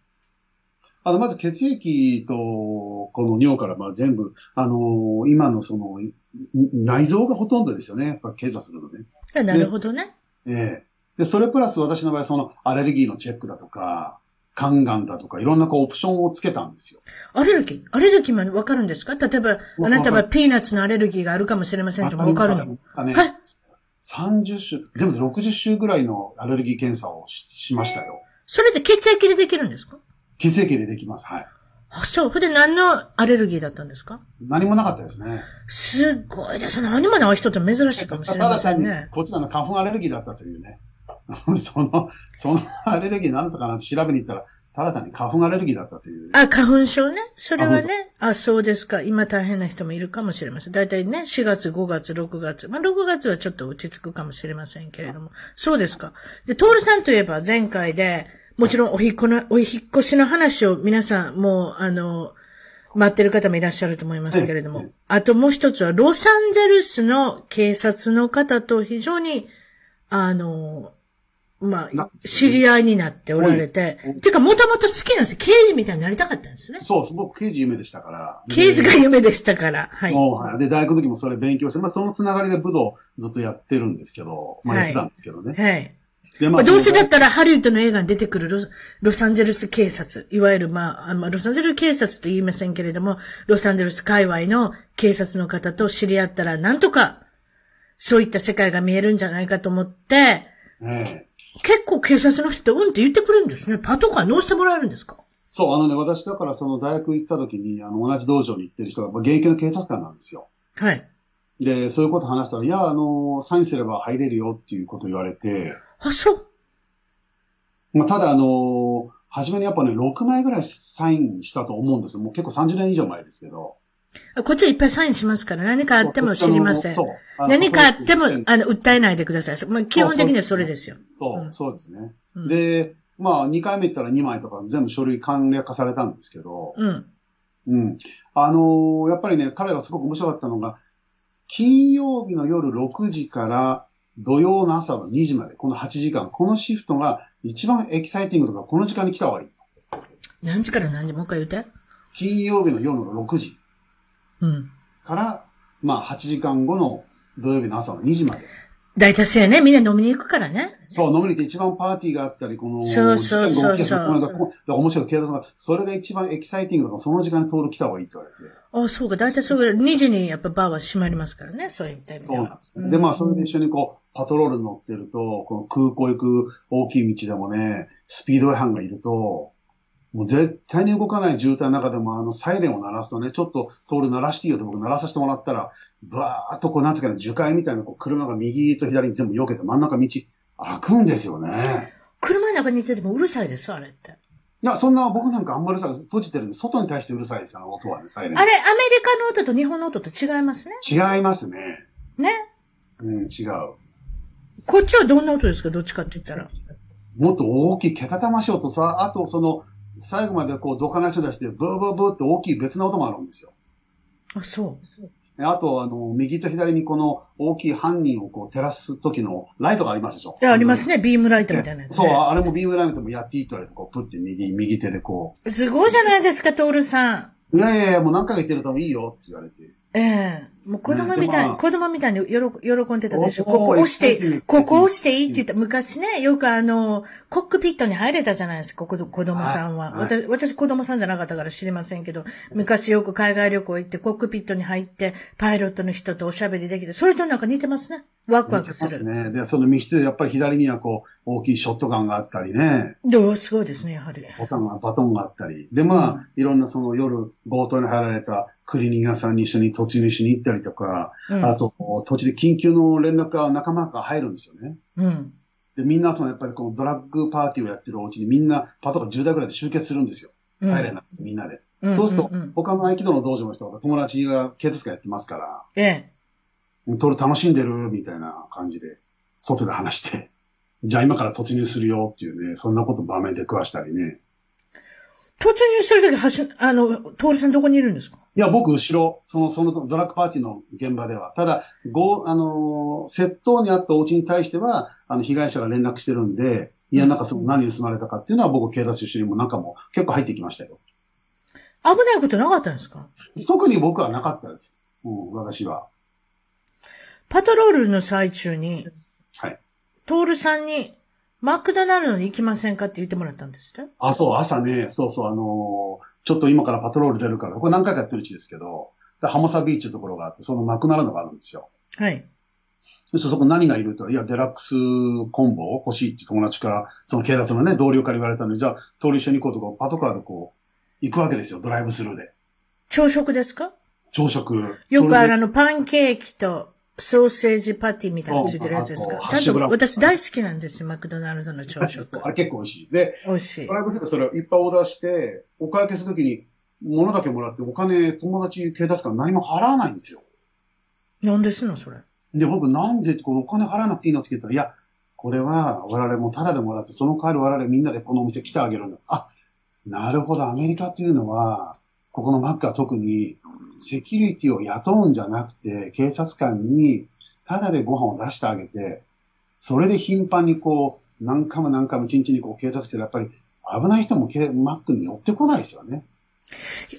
Speaker 2: あの、まず血液と、この尿から、まあ全部、あのー今のその、いい内臓がほとんどですよね。やっぱ検査するのね。
Speaker 1: あなるほどね。
Speaker 2: ええ。で、それプラス私の場合、その、アレルギーのチェックだとか、肝がんだとか、いろんなこう、オプションをつけたんですよ。
Speaker 1: アレルギーアレルギーまでわかるんですか例えば、あなたはピーナッツのアレルギーがあるかもしれませんけど、わかるの
Speaker 2: あね
Speaker 1: はい、
Speaker 2: 30種、全部で60種ぐらいのアレルギー検査をししましたよ。
Speaker 1: それって血液でできるんですか
Speaker 2: 血液でできます。はい。
Speaker 1: あ、そう。それで何のアレルギーだったんですか
Speaker 2: 何もなかったですね。
Speaker 1: すごいですね。何もない人って珍しいかもしれ
Speaker 2: た
Speaker 1: ま
Speaker 2: だ
Speaker 1: せ
Speaker 2: 単
Speaker 1: ん
Speaker 2: に
Speaker 1: ね。、
Speaker 2: こっちらの花粉アレルギーだったというね。 その、そのアレルギー何だったかなって調べに行ったら、ただ単に花粉アレルギーだったというね。
Speaker 1: あ、花粉症ね。それはね。あ、そうですか。今大変な人もいるかもしれません。だいたいね、4月、5月、6月。まあ、6月はちょっと落ち着くかもしれませんけれども。そうですか。で、トールさんといえば前回で、もちろんお引っこの、お引っ越しの話を皆さんもう、あの、待ってる方もいらっしゃると思いますけれど
Speaker 2: う
Speaker 1: も
Speaker 2: ん。
Speaker 1: あともう一つは、ロサンゼルスの警察の方と非常に、あの、まあ
Speaker 2: な、
Speaker 1: 知り合いになっておられて
Speaker 2: 多いです、
Speaker 1: てか、もともと好きなんですよ。刑事みたいになりたかったんですね。
Speaker 2: そう、すごく刑事夢でしたから。
Speaker 1: 刑事が夢でしたから。はい。
Speaker 2: もうはい。で、大学の時もそれ勉強して、まあ、そのつながりで武道ずっとやってるんですけど、まあ、
Speaker 1: は
Speaker 2: や
Speaker 1: い
Speaker 2: ってたんですけどね。
Speaker 1: はい。
Speaker 2: で、
Speaker 1: まあ、どうせだ
Speaker 2: そ
Speaker 1: っ
Speaker 2: の
Speaker 1: たらハリウッドの映画に出てくるロロサンゼルス警察、いわゆるまあ、あまあ、ロサンゼルス警察と言いませんけれども、ロサンゼルス界隈の警察の方と知り合ったら、なんとか、そういった世界が見えるんじゃないかと思って、
Speaker 2: ええ
Speaker 1: 結構警察の人ってうんって言ってくれるんですね。パトカー乗せてもらえるんですか
Speaker 2: そう、あのね、私だからその大学行った時に、あの、同じ道場に行ってる人が、まあ現役の警察官なんですよ。
Speaker 1: はい。
Speaker 2: で、そういうこと話したら、いや、あの、サインすれば入れるよっていうこと言われて、
Speaker 1: あ、そう。
Speaker 2: まあ、ただ、あの、初めにやっぱね、6枚ぐらいサインしたと思うんですよ。もう結構30年以上前ですけど。
Speaker 1: こっちはいっぱいサインしますから、何かあっても知りません
Speaker 2: そ。う。あの
Speaker 1: 何かあっても
Speaker 2: そう、
Speaker 1: あの、訴えないでください。まあ、基本的にはそれですよ。
Speaker 2: そう
Speaker 1: うん
Speaker 2: そうですね。
Speaker 1: うん
Speaker 2: で、まあ、2回目行ったら2枚とか全部書類簡略化されたんですけど、
Speaker 1: うん。
Speaker 2: うん。あのーやっぱりね、彼がすごく面白かったのが、金曜日の夜6時から土曜の朝の2時まで、この8時間、このシフトが一番エキサイティングとか、この時間に来た方がいい。
Speaker 1: 何時から何時もう一回言うて。
Speaker 2: 金曜日の夜の6時
Speaker 1: うん。
Speaker 2: から、まあ、8時間後の土曜日の朝の2時まで。
Speaker 1: 大体そうやね。みんな飲みに行くからね。
Speaker 2: そう、飲みに行って一番パーティーがあったり、この、
Speaker 1: そうそうそうそう
Speaker 2: 事件が起きたりこのだから面白い、警察が、それが一番エキサイティングだから、その時間に登録来た方がいいって言われて。
Speaker 1: あそうか。大体そうぐらい。2時にやっぱバーは閉まりますからね。そういうタイプ
Speaker 2: そうなんですね。で、まあ、それで一緒にこう、パトロール乗ってると、この空港行く大きい道でもね、スピード違反がいると、もう絶対に動かない渋滞の中でも、あの、サイレンを鳴らすとね、ちょっと通る鳴らしていいよと僕鳴らさせてもらったら、バーっとこう、なんつうかね、樹海みたいな、こう、車が右と左に全部避けて、真ん中道、開くんですよね。
Speaker 1: 車の中にいててもうるさいです、あれって。
Speaker 2: いや、そんな僕なんかあんまりうるさい、閉じてるんで、外に対してうるさいですよ、あの音はね、サイレン
Speaker 1: あ。れ、アメリカの音と日本の音と違いますね。
Speaker 2: 違いますね。
Speaker 1: ね。
Speaker 2: うん、違う。
Speaker 1: こっちはどんな音ですかどっちかって言ったら。
Speaker 2: もっと大きい、けたたましい音さ、あとその、最後までこう、どかない人出して、ブーブーブーって大きい別な音もあるんですよ。
Speaker 1: あ、そう。
Speaker 2: であと、あの、右と左にこの大きい犯人をこう、照らす時のライトがありますでしょ
Speaker 1: いやあります
Speaker 2: ね。
Speaker 1: ね。ビームライトみたいなやつ、
Speaker 2: そう、
Speaker 1: ね。
Speaker 2: あれもビームライトもやっていいって言われて、こう、プって右、右手でこ
Speaker 1: すごいじゃないですか、トールさん。
Speaker 2: う、いやいやいや、もう何回か言ってるといいよって言われて。
Speaker 1: ええもう子供みたい、
Speaker 2: うんでまあ
Speaker 1: 子供みたいに喜喜んでたでしょ。
Speaker 2: おー
Speaker 1: ここ押し
Speaker 2: 一
Speaker 1: て、
Speaker 2: 時
Speaker 1: ここ押していいって言った。昔ね、よくあの、コックピットに入れたじゃないですか、ここ子供さんは。
Speaker 2: はい
Speaker 1: 私、私子供さんじゃなかったから知りませんけど、昔よく海外旅行行って、コックピットに入って、パイロットの人とおしゃべりできて、それとなんか似てますね。ワクワクす
Speaker 2: 似て
Speaker 1: る。
Speaker 2: ますね。で、その密室でやっぱり左にはこう、大きいショットガンがあったりね、
Speaker 1: どうすごいですね、やはり。
Speaker 2: ボタンが、バトンがあったり。で、まあ、
Speaker 1: うん
Speaker 2: いろんなその夜、強盗に入られたクリーニング屋さんに一緒に途中に一緒に行ったりとか、
Speaker 1: うん
Speaker 2: あと、途中で緊急の連絡が仲間が入るんですよね。
Speaker 1: うん。
Speaker 2: で、みんな集まってやっぱりこのドラッグパーティーをやってるお家にみんなパトカー10台ぐらいで集結するんですよ。
Speaker 1: うん
Speaker 2: サイレンなんです、みんなで。
Speaker 1: ん
Speaker 2: そうすると
Speaker 1: んん、
Speaker 2: 他の合気道の道場の人とか友達が警察官やってますから、
Speaker 1: ええ。
Speaker 2: トル楽しんでるみたいな感じで、外で話して、じゃあ今から突入するよっていうね、そんなこと場面で食わしたりね。
Speaker 1: 途中にするとき、はし、あの、トールさんどこにいるんですか
Speaker 2: いや、僕、後ろ、その、そのドラッグパーティーの現場では。ただ、ご、あのー窃盗にあったお家に対しては、あの、被害者が連絡してるんで、いや、なんかその何盗まれたかっていうのは僕、警察出身も中も結構入ってきましたよ。
Speaker 1: 危ないことなかったんですか
Speaker 2: 特に僕はなかったです。うん、私は。
Speaker 1: パトロールの最中に、
Speaker 2: はい。
Speaker 1: トールさんに、マクドナルドに行きませんかって言ってもらったんですって
Speaker 2: あ、そう、朝ね、そうそう、あのーちょっと今からパトロール出るから、これ何回かやってるうちですけど、でハモサビーチってところがあって、そのマクナルドがあるんですよ。
Speaker 1: はい。
Speaker 2: そしてそこ何がいると、いや、デラックスコンボ欲しいって友達から、その警察のね、同僚から言われたので、じゃあ、通り一緒に行こうとか、パトカーでこう、行くわけですよ、ドライブスルーで。
Speaker 1: 朝食ですか
Speaker 2: 朝食。
Speaker 1: よくあ
Speaker 2: そ
Speaker 1: る
Speaker 2: れ
Speaker 1: あ
Speaker 2: で
Speaker 1: の、パンケーキとソーセージパティみたいなのついてるやつです
Speaker 2: そ
Speaker 1: か
Speaker 2: うあと
Speaker 1: ちゃんと
Speaker 2: ハッシュブラウン
Speaker 1: 私大好きなんですよ、マクドナルドの朝食。
Speaker 2: あれ結構美味しい。で、
Speaker 1: 美味しい
Speaker 2: ド。ライブスルーでそれをいっぱいオーダーして、お会計するときに、物だけもらって、お金、友達、警察官何も払わないんですよ。
Speaker 1: なんですの、それ。
Speaker 2: で、僕なんでこのお金払わなくていいのって聞いたら、いや、これは我々もタダでもらって、その代わり我々みんなでこのお店来てあげるんだ。あ、なるほど、アメリカというのは、ここのマックは特に、セキュリティを雇うんじゃなくて、警察官にタダでご飯を出してあげて、それで頻繁にこう、何回も何回も一日にこう警察来て、やっぱり危ない人もけマックに寄ってこないですよね。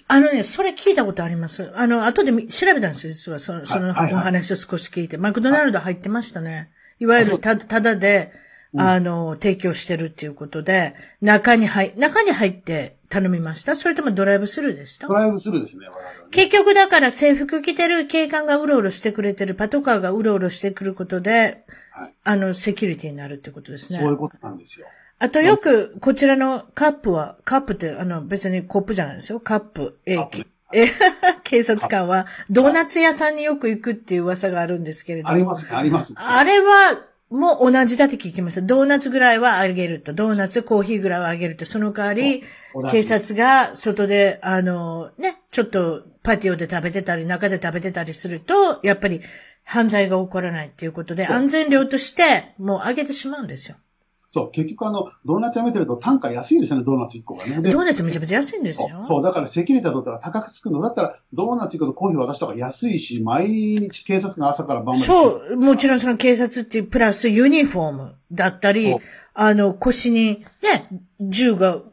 Speaker 1: あのね、それ聞いたことあります。あの、後でみ調べたんですよ、実は。その、そのお
Speaker 2: はいはい
Speaker 1: 話を少し聞いて。マクドナルド入ってましたね。いわゆるた、ただで、
Speaker 2: うん
Speaker 1: あの、提供してるっていうことで、中に入、中に入って頼みましたそれともドライブスルーでした
Speaker 2: ドライブスルーですね、我々はね。
Speaker 1: 結局だから制服着てる警官がうろうろしてくれてる、パトカーがうろうろしてくることで
Speaker 2: はい、
Speaker 1: あの、セキュリティになるってことですね。
Speaker 2: そういうことなんですよ。
Speaker 1: あとよく、こちらのカップは、カップって、あの、別にコップじゃないですよ。カップ、え
Speaker 2: カップ
Speaker 1: え、警察官は、ドーナツ屋さんによく行くっていう噂があるんですけれども。
Speaker 2: ありますね、あります。
Speaker 1: あれは、もう同じだって聞きました。ドーナツぐらいはあげると。ドーナツ、コーヒーぐらいはあげると。その代わり、
Speaker 2: 同じ
Speaker 1: 警察が外で、あの、ね、ちょっとパティオで食べてたり、中で食べてたりすると、やっぱり犯罪が起こらないっていうことで、
Speaker 2: そう
Speaker 1: 安全料として、もうあげてしまうんですよ。
Speaker 2: そう、結局あの、ドーナツやめてると単価安いですよね、ドーナツ1個がね。で
Speaker 1: ドーナツめちゃめちゃ安いんですよ
Speaker 2: そ。うそう、だからセキュリティだったら高くつくのだったら、ドーナツ行くとコーヒー渡した方が安いし、毎日警察が朝から晩まで。
Speaker 1: そう、もちろんその警察っていうプラスユニフォームだったり
Speaker 2: お、
Speaker 1: あの、腰にね、銃が
Speaker 2: 現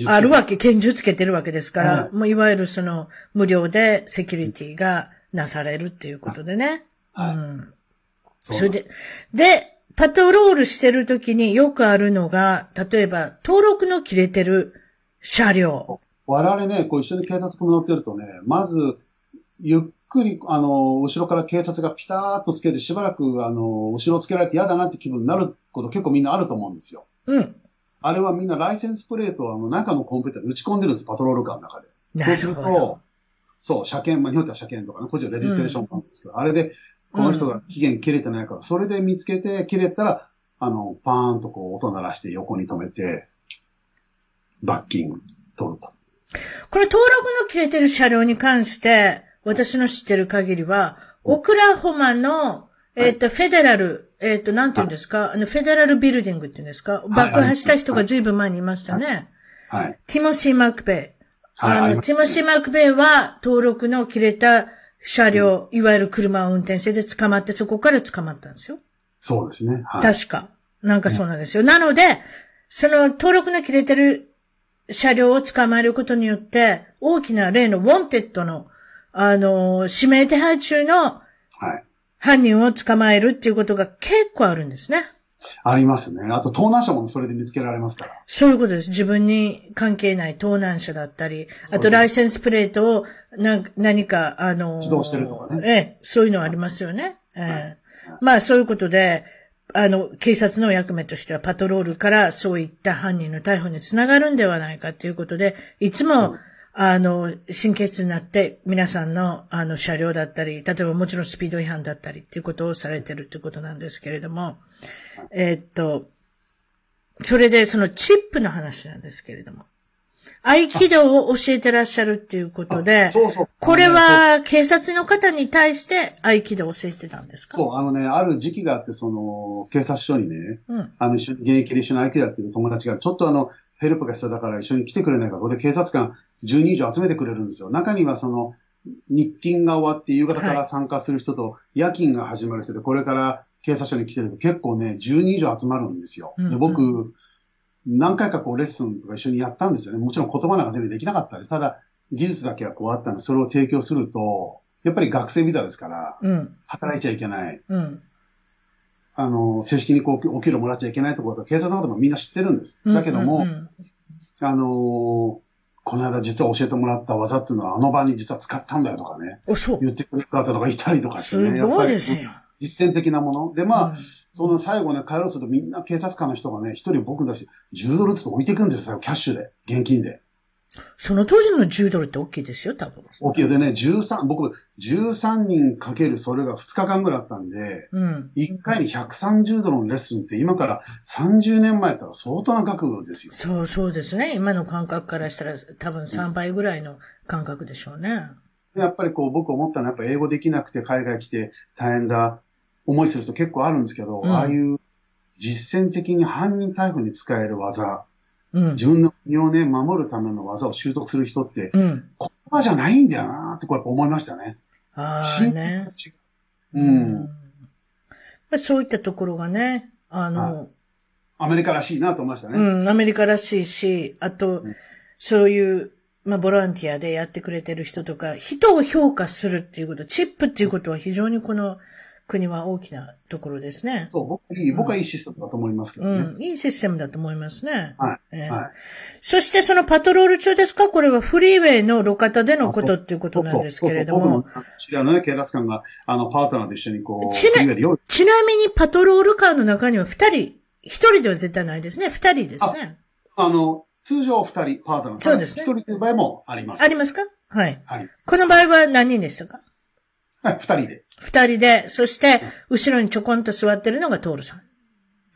Speaker 2: 実
Speaker 1: あるわけ、拳銃つけてるわけですから、
Speaker 2: う
Speaker 1: もういわゆるその、無料でセキュリティがなされるっていうことでね。
Speaker 2: はい
Speaker 1: うん。
Speaker 2: そう
Speaker 1: それで、で、パトロールしてるときによくあるのが、例えば、登録の切れてる車両。
Speaker 2: 我々ね、こう一緒に警察組乗ってるとね、まず、ゆっくり、あの、後ろから警察がピターっとつけて、しばらく、あの、後ろつけられて嫌だなって気分になること結構みんなあると思うんですよ。
Speaker 1: うん。
Speaker 2: あれはみんなライセンスプレートをあの中のコンピューターに打ち込んでるんです、パトロールカーの中で。
Speaker 1: な
Speaker 2: そう
Speaker 1: る
Speaker 2: する
Speaker 1: ほど
Speaker 2: と。、そう、車検、まあ、日本では車検とかね、こっちはレジストレーションなんですけど、あれで、この人が期限切れてないから、それで見つけて切れたら、あの、パーンとこう音鳴らして横に止めて、罰金取ると。
Speaker 1: この登録の切れてる車両に関して、私の知ってる限りは、オクラホマの、えっ、と、フェデラル、えっ、と、なんて言うんですか、あの、フェデラルビルディングって言うんですか、爆破した人がずいぶん前にいましたね。
Speaker 2: はい。
Speaker 1: ティモシー・マクベイ。
Speaker 2: はい、あ
Speaker 1: あ
Speaker 2: り
Speaker 1: の、
Speaker 2: ま
Speaker 1: ティモシー・マクベイは、登録の切れた車両、いわゆる車を運転してで捕まって、そこから捕まったんですよ。
Speaker 2: そうですね。はい。
Speaker 1: 確か。なんかそうなんですよ。なので、その登録の切れてる車両を捕まえることによって、大きな例のウォンテッドの、あのー、指名手配中の
Speaker 2: はい。
Speaker 1: 犯人を捕まえるっていうことが結構あるんですね。
Speaker 2: ありますね。あと、盗難者もそれで見つけられますから。
Speaker 1: そういうことです。自分に関係ない盗難者だったり、
Speaker 2: す
Speaker 1: あとライセンスプレートをなん何か、あのー、
Speaker 2: 自動してるとか
Speaker 1: ええ、そういうのありますよね。ええまあそういうことで、あの、警察の役目としてはパトロールからそういった犯人の逮捕につながるんではないかということで、いつも、あの、神経質になって皆さんのあの車両だったり、例えばもちろんスピード違反だったりっていうことをされてるっていうことなんですけれども、えーっと、それでそのチップの話なんですけれども、合気道を教えてらっしゃるっていうことで、
Speaker 2: そうそう。
Speaker 1: これは警察の方に対して合気道を教えてたんですか
Speaker 2: そう、あのね、ある時期があって、その、警察署にね、
Speaker 1: うん。
Speaker 2: あの、一緒に、現役で一緒に合気道やってる友達が、ちょっとあの、ヘルプが必要だから一緒に来てくれないか、それで警察官10人以上集めてくれるんですよ。中にはその、日勤が終わって夕方から参加する人と、夜勤が始まる人で、これから警察署に来てると結構ね、10人以上集まるんですよ。
Speaker 1: うん
Speaker 2: で、僕、何回かこうレッスンとか一緒にやったんですよね。もちろん言葉なんか全然できなかったり、ただ技術だけはこうあったので、それを提供すると、やっぱり学生ビザですから、
Speaker 1: うん。
Speaker 2: 働いちゃいけない。
Speaker 1: うん。
Speaker 2: あの、正式にこう、お給料もらっちゃいけないところとか、警察のこともみんな知ってるんです。だけども、
Speaker 1: うんうん
Speaker 2: あのーこの間実は教えてもらった技っていうのは、あの場に実は使ったんだよとかね、
Speaker 1: お、そう。
Speaker 2: 言ってくれる方とかいたりとかして
Speaker 1: す
Speaker 2: ね、
Speaker 1: ごいで
Speaker 2: やっぱ
Speaker 1: す
Speaker 2: り
Speaker 1: よ。
Speaker 2: 実践的なもの。で、まあ、
Speaker 1: うん
Speaker 2: その最後ね、帰ろうとするとみんな警察官の人がね、一人僕だし、10ドルずつ置いていくんですよ、最後キャッシュで、現金で。
Speaker 1: その当時の10ドルって大きいですよ、多分。
Speaker 2: 大きいよでね、13、僕、13人かけるそれが2日間ぐらいあったんで、
Speaker 1: うん。
Speaker 2: 1回に130ドルのレッスンって今から30年前から相当な額ですよ。
Speaker 1: そう、そうですね。今の感覚からしたら多分3倍ぐらいの感覚でしょうね。
Speaker 2: やっぱりこう僕思ったのはやっぱ英語できなくて海外来て大変だ思いする人結構あるんですけど、
Speaker 1: うん
Speaker 2: ああいう実践的に犯人逮捕に使える技、
Speaker 1: うん。
Speaker 2: 自分の身をね、守るための技を習得する人って
Speaker 1: うん。
Speaker 2: 言葉じゃないんだよなってこうやっぱ思いましたね。
Speaker 1: ああ
Speaker 2: 真実
Speaker 1: ね。
Speaker 2: が違う。うん。
Speaker 1: まあそういったところがね、あの、
Speaker 2: アメリカらしいなと思いましたね。
Speaker 1: うん、アメリカらしいし、あと、
Speaker 2: うん
Speaker 1: そういう、まあ、ボランティアでやってくれてる人とか、人を評価するっていうこと、チップっていうことは非常にこの国は大きなところですね。
Speaker 2: そう、僕はいい、僕はいいシステムだと思いますけどね。
Speaker 1: うん、いいシステムだと思いますね。
Speaker 2: は
Speaker 1: ええ
Speaker 2: はい。
Speaker 1: そしてそのパトロール中ですかこれはフリーウェイの路肩でのことっていうことなんですけれど
Speaker 2: そうそう
Speaker 1: も。
Speaker 2: 僕の知り合いのね、警察官が、あの、パートナーと一緒にこう、
Speaker 1: ちな
Speaker 2: フリーウェイで用意
Speaker 1: ちなみにパトロールカーの中には2人一人では絶対ないですね。二人ですね。
Speaker 2: あの、通常二人パートナー。
Speaker 1: そうですね
Speaker 2: 一人という場合もあります。
Speaker 1: ありますかはい。
Speaker 2: あり ます。
Speaker 1: この場合は何人でしたか
Speaker 2: はい、二人で。
Speaker 1: 二人で、そして、後ろにちょこんと座ってるのがトールさん。
Speaker 2: い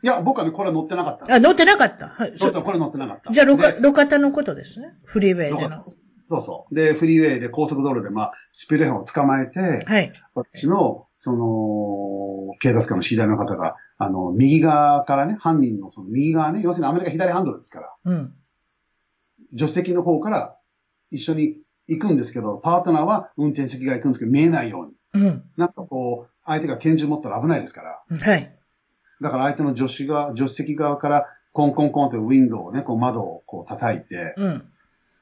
Speaker 2: や、僕はね、これは乗ってなかった。
Speaker 1: あ、乗ってなかった。はい。
Speaker 2: ちょ
Speaker 1: そ
Speaker 2: っとこれ乗ってなかった。
Speaker 1: じゃあ、路
Speaker 2: で
Speaker 1: 肩、路肩のことですね。フリーウェイで
Speaker 2: よ
Speaker 1: の
Speaker 2: かっ。たそうそう。で、フリーウェイで高速道路で、まあ、スピード違反を捕まえて、
Speaker 1: はい。
Speaker 2: 私の、その、警察官の知り合いの方が、あの、右側からね、犯人のその右側ね、要するにアメリカ左ハンドルですから、
Speaker 1: うん。
Speaker 2: 助手席の方から一緒に行くんですけど、パートナーは運転席が行くんですけど、見えないように。
Speaker 1: うん。
Speaker 2: なんかこう、相手が拳銃持ったら危ないですから、
Speaker 1: はい。
Speaker 2: だから相手の助手が、助手席側から、コンコンコンとウィンドウをね、こう窓をこう叩いて、
Speaker 1: うん。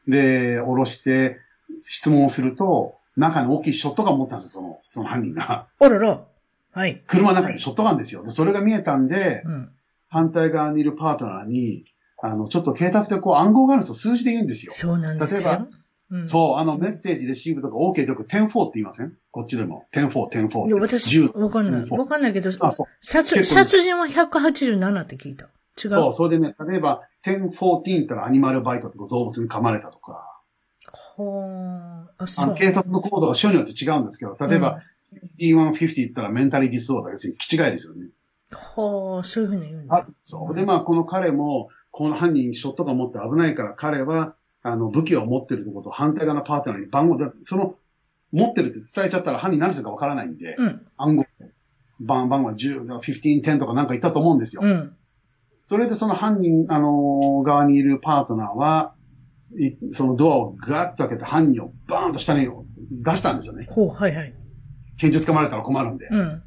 Speaker 2: で、下ろして、質問をすると、中に大きいショットガン持ってたんですよ、その、その犯 人が。
Speaker 1: おろろ。はい。
Speaker 2: 車の中にショットガンですよ。で、それが見えたんで、
Speaker 1: うん。
Speaker 2: 反対側にいるパートナーに、あの、ちょっと警察でこう暗号があるんですよ。数字で言うんですよ。
Speaker 1: そうなんです
Speaker 2: 例え
Speaker 1: よ。うん
Speaker 2: そう、あの、メッセージレシーブとか OK とか104って言いませんこっちでも。104、104っ
Speaker 1: い
Speaker 2: て。
Speaker 1: や、私、
Speaker 2: 10
Speaker 1: わかんない。
Speaker 2: うん
Speaker 1: わかんないけど、
Speaker 2: あ、そう。
Speaker 1: 殺、
Speaker 2: 結構
Speaker 1: 殺人は187って聞いた。違う。
Speaker 2: そう、それでね、例えば、1014って言ったらアニマルバイトとか動物に噛まれたとか、
Speaker 1: ほーあ、
Speaker 2: あ
Speaker 1: そ
Speaker 2: の、
Speaker 1: う。
Speaker 2: 警察の行動が署によって違うんですけど、例えば、D150 言ったらメンタリーディスオーダー、要するに気違いですよね。
Speaker 1: うん、ほーそういうふうに言うんだ。
Speaker 2: あそう。で、まあ、この彼も、この犯人ショットガン持って危ないから、彼は、あの、武器を持ってるってことを反対側のパートナーに番号、だってその、持ってるって伝えちゃったら犯人何するかわからないんで、
Speaker 1: うん。
Speaker 2: 暗号、番、番号は10、15、10とかなんか言ったと思うんですよ。
Speaker 1: うん。
Speaker 2: それでその犯人、あのー側にいるパートナーは、いそのドアをガーッと開けて犯人をバーンと下に出したんですよね。
Speaker 1: ほう、はいはい。
Speaker 2: 拳銃捕まれたら困るんで。
Speaker 1: うん。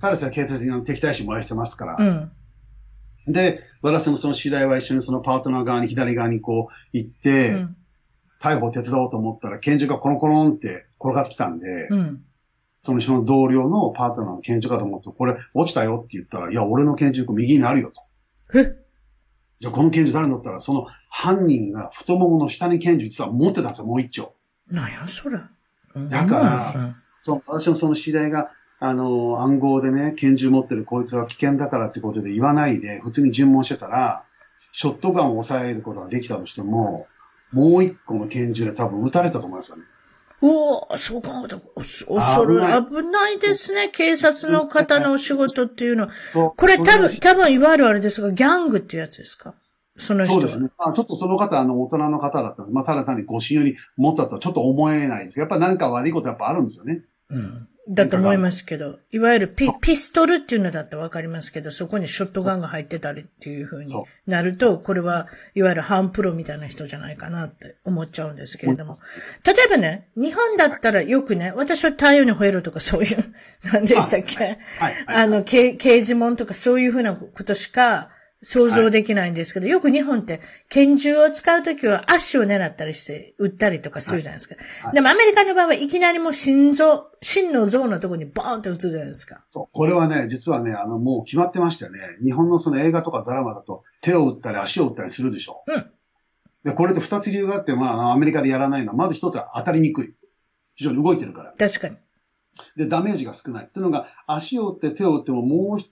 Speaker 2: 彼氏は警察にあの敵対心燃やしてますから
Speaker 1: う。ん。
Speaker 2: で、私のその知り合いは一緒にそのパートナー側に左側にこう行っ
Speaker 1: う
Speaker 2: て、
Speaker 1: ん。
Speaker 2: 逮捕を手伝おうと思ったら拳銃がコロコロンって転がってきたんで、
Speaker 1: うん。
Speaker 2: その後ろの同僚のパートナーの拳銃かと思って、これ落ちたよって言ったら、いや、俺の拳銃こう右にあるよと。
Speaker 1: え
Speaker 2: じゃあこの拳銃誰のだったら、その犯人が太ももの下に拳銃実は持ってたんですよ、もう一丁。
Speaker 1: なんや、そら。
Speaker 2: だから
Speaker 1: うん
Speaker 2: その私のその知り合いが、あの、暗号でね、拳銃持ってるこいつは危険だからってことで言わないで、普通に尋問してたら、ショットガンを抑えることができたとしても、もう一個の拳銃で多分撃たれたと思いますよね。
Speaker 1: おーそうか、お恐れ、危ないですね。警察の方のお仕事っていうのは。
Speaker 2: そう
Speaker 1: これ
Speaker 2: そ
Speaker 1: 多
Speaker 2: は
Speaker 1: 分、多分、いわゆるあれですが、ギャングっていうやつですかその人
Speaker 2: そう
Speaker 1: は。
Speaker 2: ですね。まあ、ちょっとその方、あの、大人の方だったんで、まあ、ただ単に護身用に持ったとはちょっと思えないですけどやっぱ何か悪いことやっぱあるんですよね。
Speaker 1: うんだと思いますけど、いわゆるピピストルっていうのだったらわかりますけど、そこにショットガンが入ってたりっていう風に
Speaker 2: そう
Speaker 1: なると、これはいわゆる半プロみたいな人じゃないかなって思っちゃうんですけれども。例えばね、日本だったらよくね、私は太陽に吠えろとかそう いう、何でしたっけ
Speaker 2: はい。はい
Speaker 1: あの、け刑事門とかそういうふうなことしか想像できないんですけど、よく日本って拳銃を使うときは足を狙ったりして撃ったりとかするじゃないですか。
Speaker 2: はい
Speaker 1: でもアメリカの場合はいきなりもう心臓、心の像のところにボーンって撃つじゃないですか。
Speaker 2: そう。これはね、実はね、あの、もう決まってましたよね。日本のその映画とかドラマだと、手を打ったり足を打ったりするでしょ。
Speaker 1: うん
Speaker 2: で、これって二つ理由があって、まああの、アメリカでやらないのは、まず一つは当たりにくい。非常に動いてるから。
Speaker 1: 確かに。
Speaker 2: で、ダメージが少ない。というのが、足を打って手を打っても、もう一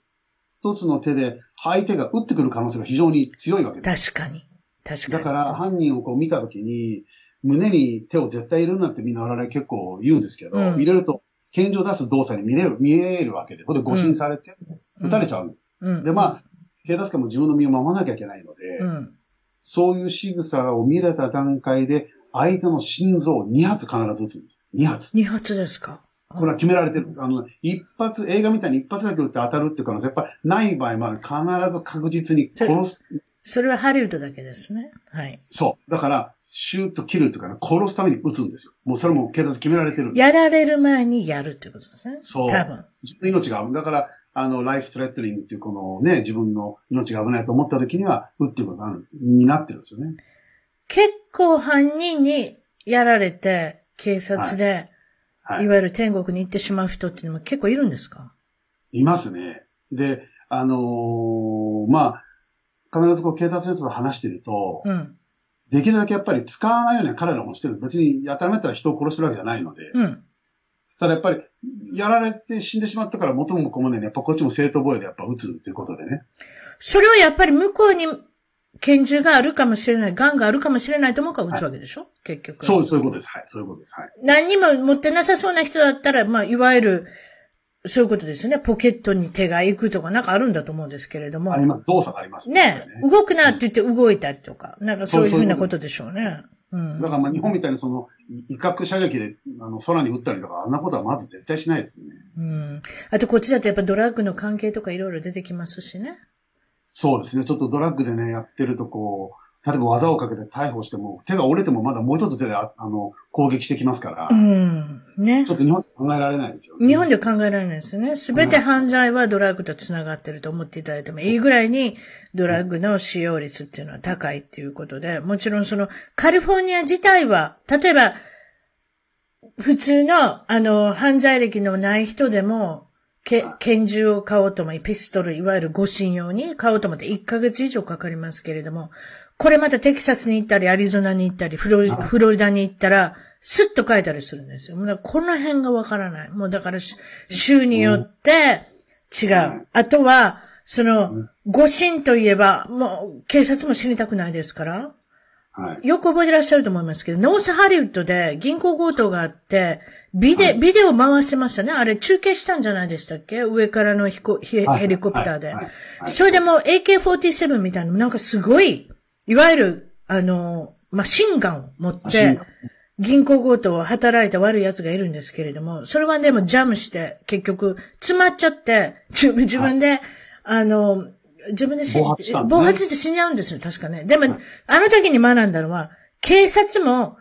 Speaker 2: つの手で、相手が打ってくる可能性が非常に強いわけです。
Speaker 1: 確かに。確かに。
Speaker 2: だから、犯人をこう見たときに、胸に手を絶対入れるなってみんな我々結構言うんですけど、
Speaker 1: うん
Speaker 2: 入れると、拳銃を出す動作に見れる、見えるわけで、これで誤信されて、
Speaker 1: うん
Speaker 2: 撃たれちゃうんです。
Speaker 1: うん、
Speaker 2: で、まあ、警察官も自分の身を守らなきゃいけないので、
Speaker 1: うん。
Speaker 2: そういう仕草を見れた段階で、相手の心臓を2発必ず撃つんです。2発。
Speaker 1: 二発ですか。
Speaker 2: これは決められてるんです。あの、一発、映画みたいに一発だけ撃って当たるっていう可能性、やっぱりない場合もある。必ず確実に殺す。
Speaker 1: それはハリウッドだけですね。はい。
Speaker 2: そう。だから、シュート切るというかね、殺すために撃つんですよ。もうそれも警察決められてるんです。
Speaker 1: やられる前にやるってことですね。
Speaker 2: そう
Speaker 1: 多分。
Speaker 2: 自分の命が危ない。だから、あの、ライフトレットリングっていうこのね、自分の命が危ないと思った時には、撃っていうことになるになってるんですよね。
Speaker 1: 結構犯人にやられて、警察で、
Speaker 2: はい
Speaker 1: い。わゆる天国に行ってしまう人っていうのも結構いるんですか
Speaker 2: いますね。で、あのーまあ、必ずこう警察の人と話してると、
Speaker 1: うん。
Speaker 2: できるだけやっぱり使わないようには彼らもしてる。別にやたらめったら人を殺してるわけじゃないので、
Speaker 1: うん。
Speaker 2: ただやっぱり、やられて死んでしまったから元も子もね、やっぱこっちも正当防衛でやっぱ撃つということでね。
Speaker 1: それはやっぱり向こうに拳銃があるかもしれない、ガンがあるかもしれないと思うから撃つわけでしょ、結局。
Speaker 2: そう、そういうことです。はい。そういうことです。はい。
Speaker 1: 何にも持ってなさそうな人だったら、まあ、いわゆる、そういうことですよね。ポケットに手が行くとかなんかあるんだと思うんですけれども。
Speaker 2: あります。動作があります
Speaker 1: ね動くなって言って動いたりとか、なんかそういうふうなことでしょうね。うん
Speaker 2: だ。からまあ日本みたいにその、い威嚇射撃であの空に撃ったりとか、あんなことはまず絶対しないですね。
Speaker 1: うん。あとこっちだとやっぱドラッグの関係とかいろいろ出てきますしね。
Speaker 2: そうですね。ちょっとドラッグでね、やってるとこう、例えば技をかけて逮捕しても、手が折れてもまだもう一つ手でああの攻撃してきますから
Speaker 1: う、ん。ね
Speaker 2: ち。ょっと日本で考えられないですよね、
Speaker 1: 日本では考えられないですね。すべて犯罪はドラッグと繋がってると思っていただいてもいいぐらいに、ドラッグの使用率っていうのは高いっていうことで、もちろんそのカリフォルニア自体は、例えば、普通の、あの、犯罪歴のない人でも、け拳銃を買おうとも、ピストル、いわゆる護身用に買おうと思って1ヶ月以上かかりますけれども、これまたテキサスに行ったり、アリゾナに行ったり、フロリ
Speaker 2: はい
Speaker 1: フロリダに行ったら、スッと書いたりするんですよ。もうだからこの辺がわからない。もうだからし、州によって違
Speaker 2: は
Speaker 1: う。あとは、その、護身といえば、もう警察も死にたくないですから、
Speaker 2: はい。
Speaker 1: よく覚えてらっしゃると思いますけど、ノースハリウッドで銀行強盗があって、ビデ、ビデオ回してましたね。あれ中継したんじゃないでしたっけ上からの飛行ヘヘリコプターで
Speaker 2: はい。はいはい
Speaker 1: それでもう AK-47 みたいな、なんかすごい、いわゆる、あの、マシンガンを持っ
Speaker 2: マシン
Speaker 1: て
Speaker 2: ガン、
Speaker 1: 銀行強盗を働いた悪い奴がいるんですけれども、それはでもジャムして、結局、詰まっちゃって、自分自分で、あの、自分で死
Speaker 2: 暴発したんですね
Speaker 1: 暴発して死んじゃうんですよ、確かね。でも、あの時に学んだのは、警察も、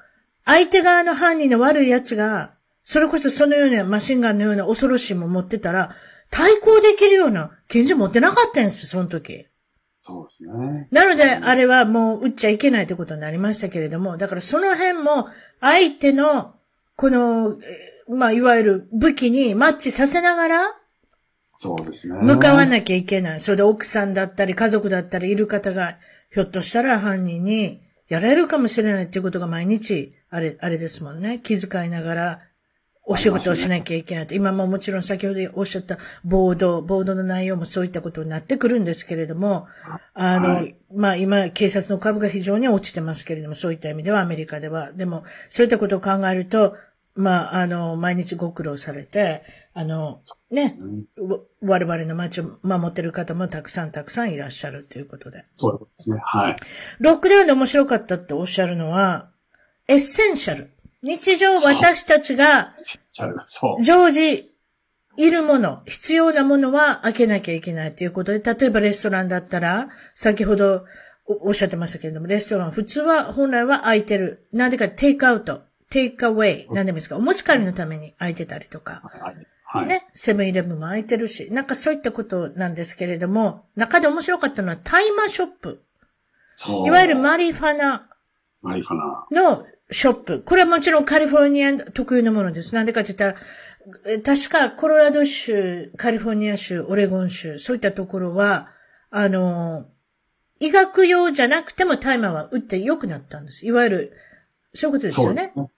Speaker 1: 相手側の犯人の悪い奴が、それこそそのようなマシンガンのような恐ろしいもん持ってたら、対抗できるような拳銃持ってなかったんです、その時。
Speaker 2: そうですね。
Speaker 1: なので、あれはもう撃っちゃいけないということになりましたけれども、だからその辺も、相手の、この、えーまあ、いわゆる武器にマッチさせながら、
Speaker 2: そうですね。
Speaker 1: 向かわ
Speaker 2: い。
Speaker 1: なきゃいけない。それで奥さんだったり、家族だったりいる方が、ひょっとしたら犯人にやられるかもしれないっていうことが毎日、あれ、あれですもんね。気遣いながら、お仕事をしなきゃいけないと。今ももちろん先ほどおっしゃったボード、ボードの内容もそういったことになってくるんですけれども、あの、
Speaker 2: はい
Speaker 1: まあ今、警察の株が非常に落ちてますけれども、そういった意味ではアメリカでは。でも、そういったことを考えると、まあ、あの、毎日ご苦労されて、あの、ね、
Speaker 2: うん
Speaker 1: わ我々の街を守ってる方もたくさんたくさんいらっしゃるということで。
Speaker 2: そういうことですね。はい。
Speaker 1: ロックダウンで面白かったっておっしゃるのは、エッセンシャル。日常
Speaker 2: そう
Speaker 1: 私たちが
Speaker 2: チャルそう。
Speaker 1: 常時いるもの、必要なものは開けなきゃいけないということで、例えばレストランだったら、先ほどおおっしゃってましたけれども、レストラン普通は本来は開いてる。なんでかテイクアウト、テイクアウェイ、なんでもいいですか、お持ち帰りのために開いてたりとか。
Speaker 2: はい。はい。
Speaker 1: ね、セブンイレブンも開いてるし、なんかそういったことなんですけれども、中で面白かったのは大麻ショップ。
Speaker 2: そう。
Speaker 1: いわゆるマリファナ
Speaker 2: マリファナ。
Speaker 1: のショップ。これはもちろんカリフォルニア特有のものです。なんでかって言ったら、え確かコロラド州、カリフォルニア州、オレゴン州、そういったところは、あの、医学用じゃなくても大麻は打って良くなったんです。いわゆる、そういうことです
Speaker 2: そ
Speaker 1: よ
Speaker 2: うで
Speaker 1: ね
Speaker 2: す。ね。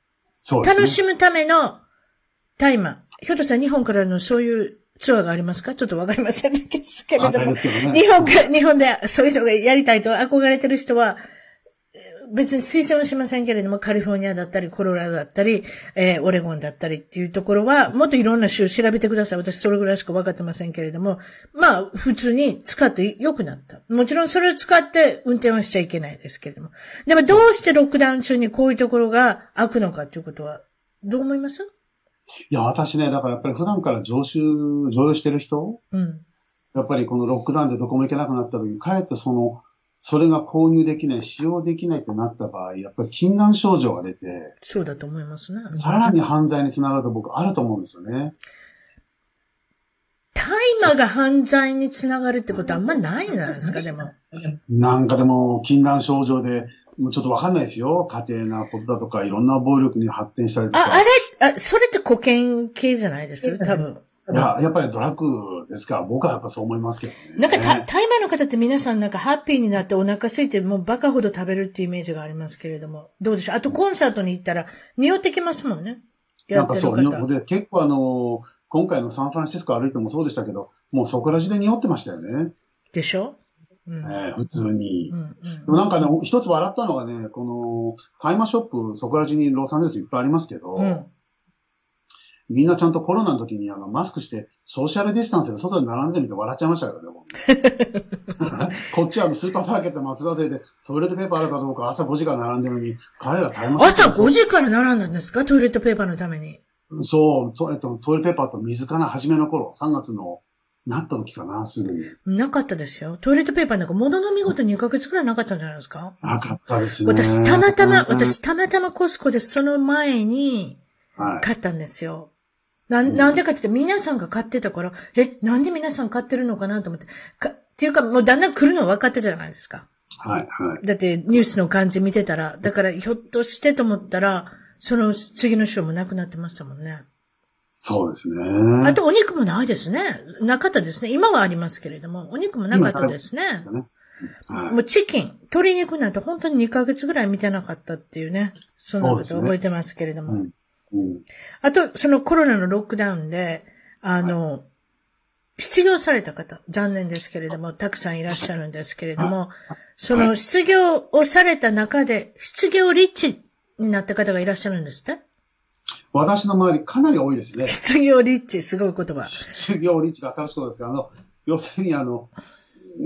Speaker 2: そうですね。
Speaker 1: 楽しむための大麻。ひょっとしたら日本からのそういうツアーがありますかちょっとわかりませんですけれ
Speaker 2: 当
Speaker 1: ど
Speaker 2: たり
Speaker 1: も
Speaker 2: で。すけどね。
Speaker 1: 日本か、日本でそういうのがやりたいと憧れてる人は、えー別に推薦はしませんけれども、カリフォルニアだったり、コロラドだったり、えーオレゴンだったりっていうところは、もっといろんな州調べてください。私それぐらいしか分かってませんけれども、まあ、普通に使って良くなった。もちろんそれを使って運転はしちゃいけないですけれども。でもどうしてロックダウン中にこういうところが開くのかということは、どう思います
Speaker 2: いや、私ね、だからやっぱり普段から常習、常用してる人、
Speaker 1: うん。
Speaker 2: やっぱりこのロックダウンでどこも行けなくなった時に、かえってその、それが購入できない、使用できないとなった場合、やっぱり禁断症状が出て、
Speaker 1: そうだと思いますね。
Speaker 2: さらに犯罪につながると僕あると思うんですよね。
Speaker 1: 大麻が犯罪につながるってことはあんまないんじゃないですか、でも。
Speaker 2: なんかでも、禁断症状で、もうちょっとわかんないですよ。家庭なことだとか、いろんな暴力に発展したりとか。
Speaker 1: あ、あれ、あ、それって保険系じゃないです多分。
Speaker 2: いや、やっぱりドラッグですから、僕はやっぱそう思いますけどね。
Speaker 1: なんかた、
Speaker 2: ね
Speaker 1: 大麻の方って皆さんなんかハッピーになってお腹空いてもうバカほど食べるっていうイメージがありますけれども、どうでしょうあとコンサートに行ったら匂ってきますもんね。
Speaker 2: な
Speaker 1: や
Speaker 2: ん
Speaker 1: って
Speaker 2: か
Speaker 1: る
Speaker 2: そう、
Speaker 1: 方。
Speaker 2: で結構あの、今回のサンフランシスコ歩いてもそうでしたけど、もうそこら中で匂ってましたよね。
Speaker 1: でしょうん。
Speaker 2: えー普通に
Speaker 1: う。ん
Speaker 2: でもなんかね、一つ笑ったのがね、この、タイマーショップ、そこら中にロサンゼルスいっぱいありますけど、
Speaker 1: うん。うん。
Speaker 2: みんなちゃんとコロナの時にあのマスクして、ソーシャルディスタンスで外に並んでみて笑っちゃいましたからね、僕 こっちはあのスーパーマーケット松葉勢でトイレットペーパーあるかどうか朝5時から並んでるのに、彼らタイマーショッ
Speaker 1: 朝
Speaker 2: プ
Speaker 1: 5時から並んだんですかトイレットペーパーのために。
Speaker 2: そうト、えっと、トイレットペーパーと水かな、初めの頃、3月の、なった時かな、すぐに。
Speaker 1: なかったですよ。トイレットペーパーなんか物の見事に2ヶ月くらいなかったんじゃないですか
Speaker 2: なかったですね。
Speaker 1: 私、たまたま、
Speaker 2: うん
Speaker 1: 私、、たまたまコスコでその前に
Speaker 2: はい。
Speaker 1: 買ったんですよ。な、
Speaker 2: うんん
Speaker 1: なんでかって言って皆さんが買ってたから、え、なんで皆さん買ってるのかなと思って。か、っていうか、もうだんだん来るの分かってたじゃないですか。
Speaker 2: はい、はい。
Speaker 1: だってニュースの感じ見てたら、だからひょっとしてと思ったら、その次の週もなくなってましたもんね。
Speaker 2: そうですね。
Speaker 1: あとお肉もないですね。なかったですね。今はありますけれども、お肉もなかったですね。
Speaker 2: ですよね。はい
Speaker 1: もうチキン、鶏肉なんて本当に2ヶ月ぐらい見てなかったっていうね。そんなこと
Speaker 2: そうですね
Speaker 1: 覚えてますけれども。
Speaker 2: うんうん
Speaker 1: あと、そのコロナのロックダウンで、あの、失業された方、残念ですけれども、たくさんいらっしゃるんですけれども、その失業をされた中で、失業リッチになった方がいらっしゃるんですって
Speaker 2: 私の周り、かなり多いですね。
Speaker 1: 失業リッチ、すごい言葉。
Speaker 2: 失業率が新しいことですが、あの、要するにあの、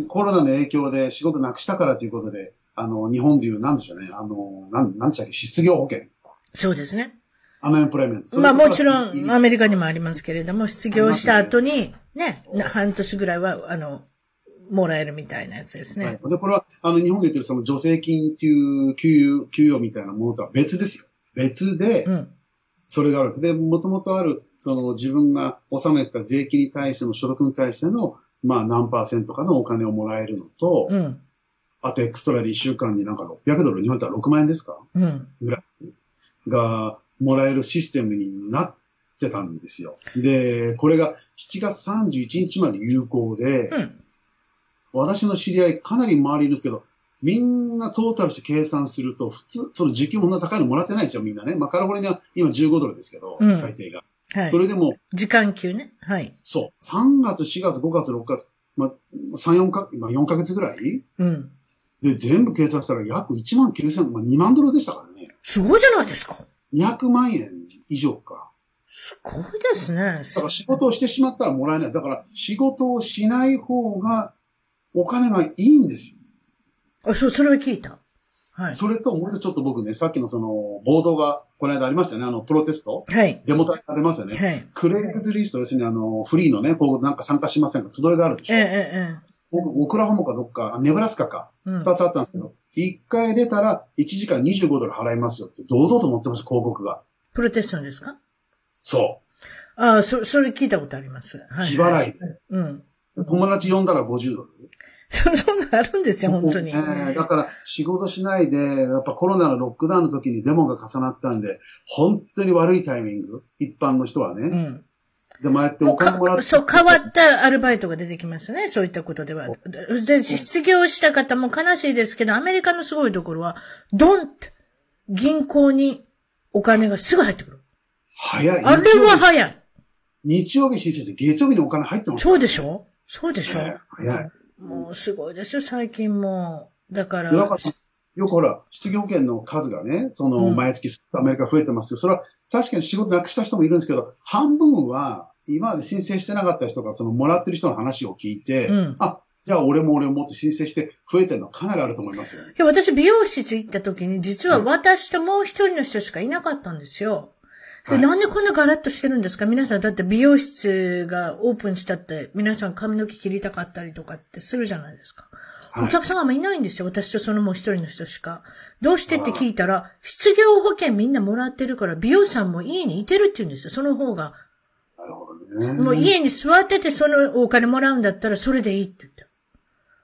Speaker 2: コロナの影響で仕事なくしたからということで、あの、日本でいう、なんでしょうね、あの、なん、なんでしたっけ、失業保険。
Speaker 1: そうですね。
Speaker 2: アナエンプレイメント。
Speaker 1: まあもちろん、アメリカに
Speaker 2: も。
Speaker 1: もありますけれども、失業した後に、ね、な半年ぐらいは、あの、もらえるみたいなやつですね。
Speaker 2: はいで、これは、あの、日本で言ってるその助成金っていう給与、給与みたいなものとは別ですよ。別で
Speaker 1: う、ん。
Speaker 2: それがあるわけで、もともとある、その自分が納めた税金に対しての所得に対しての、まあ何パーセントかのお金をもらえるのと、
Speaker 1: うん。
Speaker 2: あとエクストラで1週間になんか600ドル、日本だったら6万円ですか
Speaker 1: うん。
Speaker 2: がもらえるシステムになってたんですよ。で、これが7月31日まで有効で、
Speaker 1: うん。
Speaker 2: 私の知り合いかなり周りいるんですけど、みんなトータルして計算すると、普通、その時給もそんな高いのもらってないですよ、みんなね。まあ、カラフォルニアは今15ドルですけど、
Speaker 1: うん
Speaker 2: 最低が。
Speaker 1: はい
Speaker 2: そ。れでも、
Speaker 1: 時間給ね。はい。
Speaker 2: そう、3月、4月、5月、6月、まあ、3、4か、まあ、4ヶ月ぐらい
Speaker 1: うん。
Speaker 2: で、全部計算したら約1万9000、まあ、2万ドルでしたからね。
Speaker 1: すごいじゃないですか。
Speaker 2: 200万円以上か。
Speaker 1: すごいですね。
Speaker 2: だから仕事をしてしまったらもらえない。だから仕事をしない方がお金がいいんですよ。
Speaker 1: あ、そう、それは聞いた。はい。
Speaker 2: それと、もう一つちょっと僕ね、さっきのその暴動がこの間ありましたよね。あの、プロテスト
Speaker 1: はい。
Speaker 2: デモ隊が出ますよね。
Speaker 1: はい。
Speaker 2: クレーズリスト、要するにあの、フリーのね、こうなんか参加しませんか集いがあるでし
Speaker 1: え
Speaker 2: ょ。
Speaker 1: ええええ
Speaker 2: 僕オクラホモかどっか、あネブラスカか。
Speaker 1: え。うん。
Speaker 2: 二つあったんですけど、一回出たら1時間25ドル払いますよって堂々と持ってました、広告が。
Speaker 1: プロテストですか
Speaker 2: そ
Speaker 1: あそ、それ聞いたことあります。
Speaker 2: う。
Speaker 1: はい。
Speaker 2: 日払いで。
Speaker 1: うん。
Speaker 2: 友達呼んだら50ドル。
Speaker 1: そそんなのあるんですよ、本当に。
Speaker 2: えーだから仕事しないで、やっぱコロナのロックダウンの時にデモが重なったんで、本当に悪いタイミング、一般の人は
Speaker 1: う
Speaker 2: ね。
Speaker 1: ん。
Speaker 2: で、前って
Speaker 1: も
Speaker 2: お
Speaker 1: う
Speaker 2: 金もらっ
Speaker 1: か
Speaker 2: て。
Speaker 1: そう、変わったアルバイトが出てきましたね、そういったことでは。で失業した方も悲しいですけど、アメリカのすごいところは、ドンって、銀行にお金がすぐ入ってくる。
Speaker 2: 早い。
Speaker 1: あれは早い。
Speaker 2: 日曜日申請して月曜日にお金入ってます
Speaker 1: そうでしょそうでしょ、
Speaker 2: ね。早い。
Speaker 1: もうすごいですよ、最近もう。だから、
Speaker 2: だからよくほら、失業保険の数がね、その、
Speaker 1: うん
Speaker 2: 毎月アメリカ増えてますよ。それは確かに仕事なくした人もいるんですけど、半分は、今まで申請してなかった人が、その、もらってる人の話を聞いて、
Speaker 1: うん
Speaker 2: あ、じゃあ俺も俺もって申請して増えてるのはかなりあると思いますよね。
Speaker 1: いや私美容室行った時に、実は
Speaker 2: うん
Speaker 1: 私ともう一人の人しかいなかったんですよ。で
Speaker 2: はい
Speaker 1: なんでこんなガラッとしてるんですか皆さん、だって美容室がオープンしたって、皆さん髪の毛切りたかったりとかってするじゃないですか。
Speaker 2: は
Speaker 1: お
Speaker 2: い
Speaker 1: 客様あんまいないんですよ。私とそのもう一人の人しか。どうしてって聞いたら、失業保険みんなもらってるから、美容師さんも家にいてるって言うんですよ。その方が。
Speaker 2: なるほどね。
Speaker 1: もう家に座っててそのお金もらうんだったらそれでいいって言った。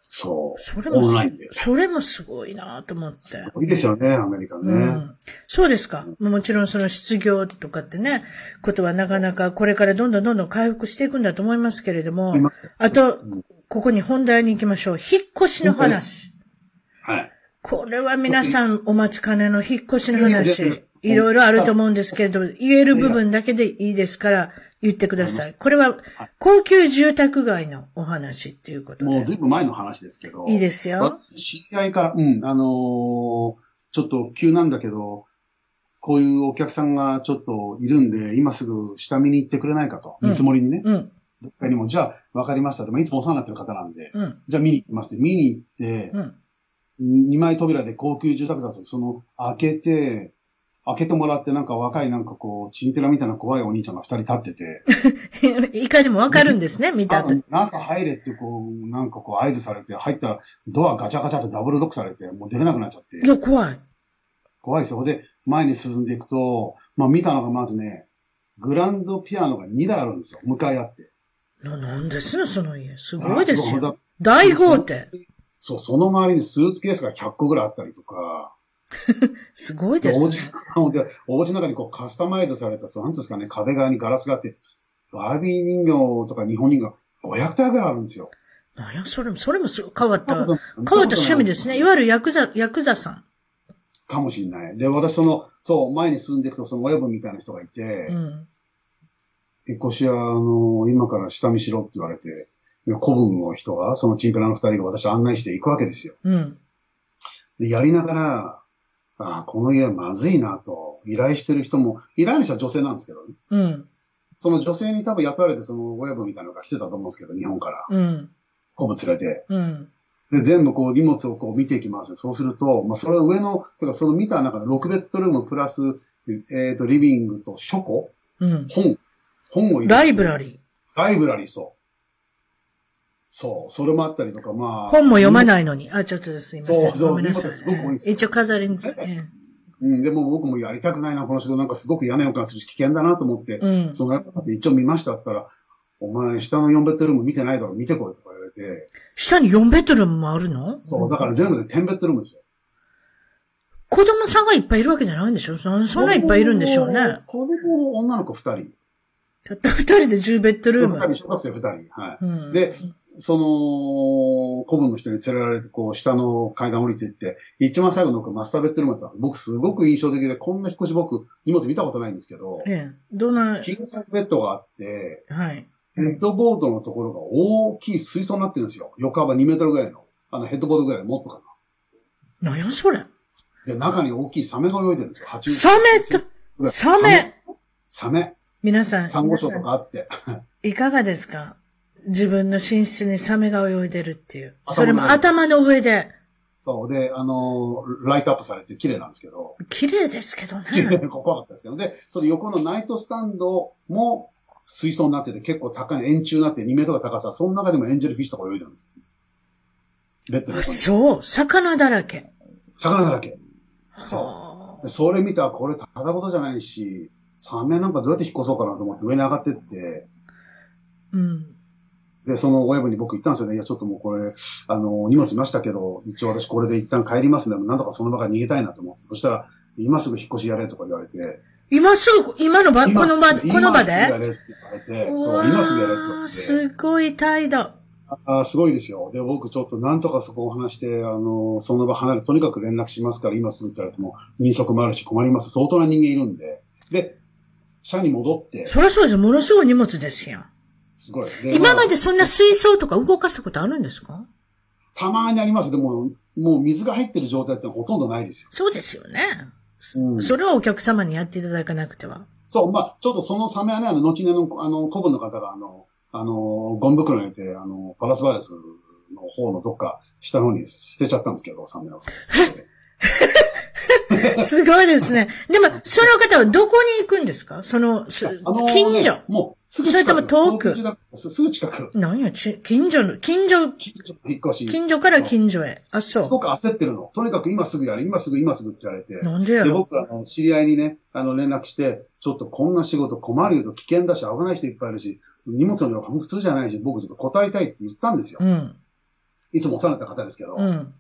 Speaker 2: そう。
Speaker 1: それも
Speaker 2: オンラインで。
Speaker 1: それもすごいなと思って。
Speaker 2: いいですよね、アメリカね。
Speaker 1: うん、そうですか。もちろんその失業とかってね、ことはなかなかこれからどんどんどんどん回復していくんだと思いますけれども
Speaker 2: あり、ますよ
Speaker 1: あと
Speaker 2: ん、
Speaker 1: ここに本題に行きましょう。引っ越しの
Speaker 2: 本題で
Speaker 1: 話。
Speaker 2: はい。
Speaker 1: これは皆さんお待ちかねの引っ越しの
Speaker 2: いやいや
Speaker 1: 話。いろいろあると思うんですけれど、言える部分だけでいいですから、言ってください。これは、高級住宅街のお話っていうこと
Speaker 2: も
Speaker 1: で
Speaker 2: うず。いぶん前の話ですけど。
Speaker 1: いいですよ。
Speaker 2: 私知り合いから、うん、あのーちょっと急なんだけど、こういうお客さんがちょっといるんで、今すぐ下見に行ってくれないかと。
Speaker 1: うん
Speaker 2: 見積もりにね。
Speaker 1: うん、
Speaker 2: どっかにも、じゃあ、わかりましたと。まあいつもお世話になってる方なんで、
Speaker 1: うん、
Speaker 2: じゃあ見に行きますって。見に行って、
Speaker 1: うん。
Speaker 2: 二枚扉で高級住宅だと、その、開けて、開けてもらって、なんか若いなんかこう、チンピラみたいな怖いお兄ちゃんが二人立ってて、
Speaker 1: いかにもわかるんですね、見た
Speaker 2: あ
Speaker 1: 後。
Speaker 2: 中入れってこう、なんかこう合図されて、入ったらドアガチャガチャってダブルロックされて、もう出れなくなっちゃって
Speaker 1: い。や、怖い。
Speaker 2: 怖いですよ。で、前に進んでいくと、まあ見たのがまずね、グランドピアノが2台あるんですよ。向かい合って。
Speaker 1: な、なんですの、その家。すごいです
Speaker 2: あ
Speaker 1: よ。。大豪邸。
Speaker 2: そう、その周りにスーツケースが100個ぐらいあったりとか、
Speaker 1: すごい
Speaker 2: で
Speaker 1: で
Speaker 2: お
Speaker 1: す
Speaker 2: 家
Speaker 1: ね。
Speaker 2: の中でお家の中にこうカスタマイズされた、そうなんていうんですかね、壁側にガラスがあって、バービー人形とか日本人形500体ぐらいあるんですよ。
Speaker 1: なんや、それも、それもすごい変わった。変わっ
Speaker 2: 変
Speaker 1: た趣味ですね。いわゆるヤクザ、ヤクザさん。
Speaker 2: かもしれない。で、私その、そう、前に住んでいくと、その親分みたいな人がいて、
Speaker 1: うん。
Speaker 2: 引っ越し屋の、今から下見しろって言われて、で古文の人が、そのチンピラの二人が私を案内していくわけですよ。
Speaker 1: うん。
Speaker 2: で、やりながら、ああ、この家まずいなと、依頼してる人も、依頼者は女性なんですけどね。
Speaker 1: うん。
Speaker 2: その女性に多分雇われて、その親分みたいなのが来てたと思うんですけど、日本から。
Speaker 1: うん。
Speaker 2: 古文連れて。
Speaker 1: うん。
Speaker 2: で、全部こう荷物をこう見ていきます。そうすると、まあ、それは上の、てかその見た中で6ベッドルームプラス、えっ、と、リビングと書庫
Speaker 1: うん。
Speaker 2: 本、本を入れ
Speaker 1: ライブラリー。
Speaker 2: ライブラリー、そう。そう、それもあったりとか、まあ。
Speaker 1: 本も読ま
Speaker 2: い。
Speaker 1: ないのに。あ、ちょっとすいません。
Speaker 2: そうそう
Speaker 1: ごめんなさい。
Speaker 2: すごく多いんですよ
Speaker 1: 一応飾りに、
Speaker 2: うん、でも僕もやりたくないな、この仕事なんかすごく嫌な予感するし、危険だなと思って、
Speaker 1: うん。
Speaker 2: そのやっぱ一応見ましたって言ったら、お前下の4ベッドルーム見てないだろ、見てこいとか言われて、
Speaker 1: 下に4ベッドルームもあるの
Speaker 2: そう、だから全部で10ベッドルームですよ。
Speaker 1: 子供さんがいっぱいいるわけじゃないんでしょそんそんないっぱいいるんでしょうね。
Speaker 2: 子供、女の子2人。
Speaker 1: たった二人で10ベッドルー
Speaker 2: 2人、
Speaker 1: ム。
Speaker 2: 小学生2人。はい。
Speaker 1: うん。
Speaker 2: でその、古文の人に連れられて、こう、下の階段降りていって、一番最後の奥マスターベッドルームだったの僕すごく印象的で、こんな引っ越し僕、荷物見たことないんですけど、
Speaker 1: ええ。どんな、
Speaker 2: キングサイズベッドがあって、
Speaker 1: はい。
Speaker 2: ヘッドボードのところが大きい水槽になってるんですよ。横幅2メートルぐらいの。あの、ヘッドボードぐらい、もっとか
Speaker 1: なんやそれ。
Speaker 2: な。で、中に大きいサメが泳いでるんですよ。爬虫
Speaker 1: サメと、サメ
Speaker 2: サメ
Speaker 1: 皆さん、
Speaker 2: サンゴ礁とかあって。
Speaker 1: いかがですか自分の寝室にサメが泳いでるっていう。
Speaker 2: 頭
Speaker 1: そ
Speaker 2: の上
Speaker 1: れも頭の上で。
Speaker 2: そう。で、あのーライトアップされて綺麗なんですけど。
Speaker 1: 綺麗ですけど
Speaker 2: 綺麗
Speaker 1: ね。
Speaker 2: で怖かったですけど。で、その横のナイトスタンドも水槽になってて、結構高い円柱になって2メートル高さ。その中でもエンジェルフィッシュとか泳いでるんですよ。ベッド
Speaker 1: あ
Speaker 2: の横に。
Speaker 1: そう、魚だらけ。
Speaker 2: 魚だらけ。そう
Speaker 1: そ
Speaker 2: でそれ見たらこれただ事じゃないし、サメなんかどうやって引っ越そうかなと思って上に上がってって、
Speaker 1: う。うん。
Speaker 2: で、その親分に僕言ったんですよね。いや、ちょっともうこれ、あの、荷物見ましたけど、一応私これで一旦帰りますんで、なんとかその場から逃げたいなと思って。そしたら、今すぐ引っ越しやれとか言われて。
Speaker 1: 今すぐ、今の場、こ
Speaker 2: 今
Speaker 1: の場、
Speaker 2: すぐ
Speaker 1: この場
Speaker 2: 今すぐ
Speaker 1: で
Speaker 2: やれって言われて、
Speaker 1: う
Speaker 2: そう、
Speaker 1: わ
Speaker 2: 今すぐやれって言わ
Speaker 1: ー
Speaker 2: れて。
Speaker 1: すごい態度。
Speaker 2: あーすごいですよ。で、僕ちょっとなんとかそこを話して、あの、その場離れ、とにかく連絡しますから、今すぐって言われても、人足もあるし困ります。相当な人間いるんで。で、社に戻って、
Speaker 1: そりゃそうです。ものすごい荷物ですよ。
Speaker 2: すごい。で
Speaker 1: 今
Speaker 2: あ
Speaker 1: までそんな水槽とか動かしたことあるんですか
Speaker 2: たまにあります。でも、もう水が入ってる状態ってのはほとんどないですよ。
Speaker 1: そうですよね。そ
Speaker 2: うん
Speaker 1: それはお客様にやっていただかなくては。
Speaker 2: そう、まあ、ちょっとそのサメはね、あの、後にあの、あの、古文の方が、あの、あの、ゴミ袋に入れて、あの、パラスバレスの方のどっか、下の方に捨てちゃったんですけど、サ メは。
Speaker 1: すごいですね。でも、その方はどこに行くんですかその、す
Speaker 2: あの
Speaker 1: 近所
Speaker 2: ね。もう、すぐ
Speaker 1: それとも遠く
Speaker 2: 高級住宅すすぐ近く。
Speaker 1: 何や、ち近所の、近所、
Speaker 2: 近所の引っ越し。
Speaker 1: 近所から近所へ。あ、
Speaker 2: すご
Speaker 1: そ
Speaker 2: く焦ってるの。とにかく今すぐやれ、今すぐ、今すぐって言われて。
Speaker 1: う。なんでや
Speaker 2: で、
Speaker 1: ろ。
Speaker 2: 僕はあの知り合いにね、あの、連絡して、ちょっとこんな仕事困るよと危険だし、危ない人いっぱいいるし、荷物の量普通じゃないし、僕ちょっと答えたいって言ったんですよ。
Speaker 1: うん。
Speaker 2: いつもお世話になった方ですけど。
Speaker 1: うん。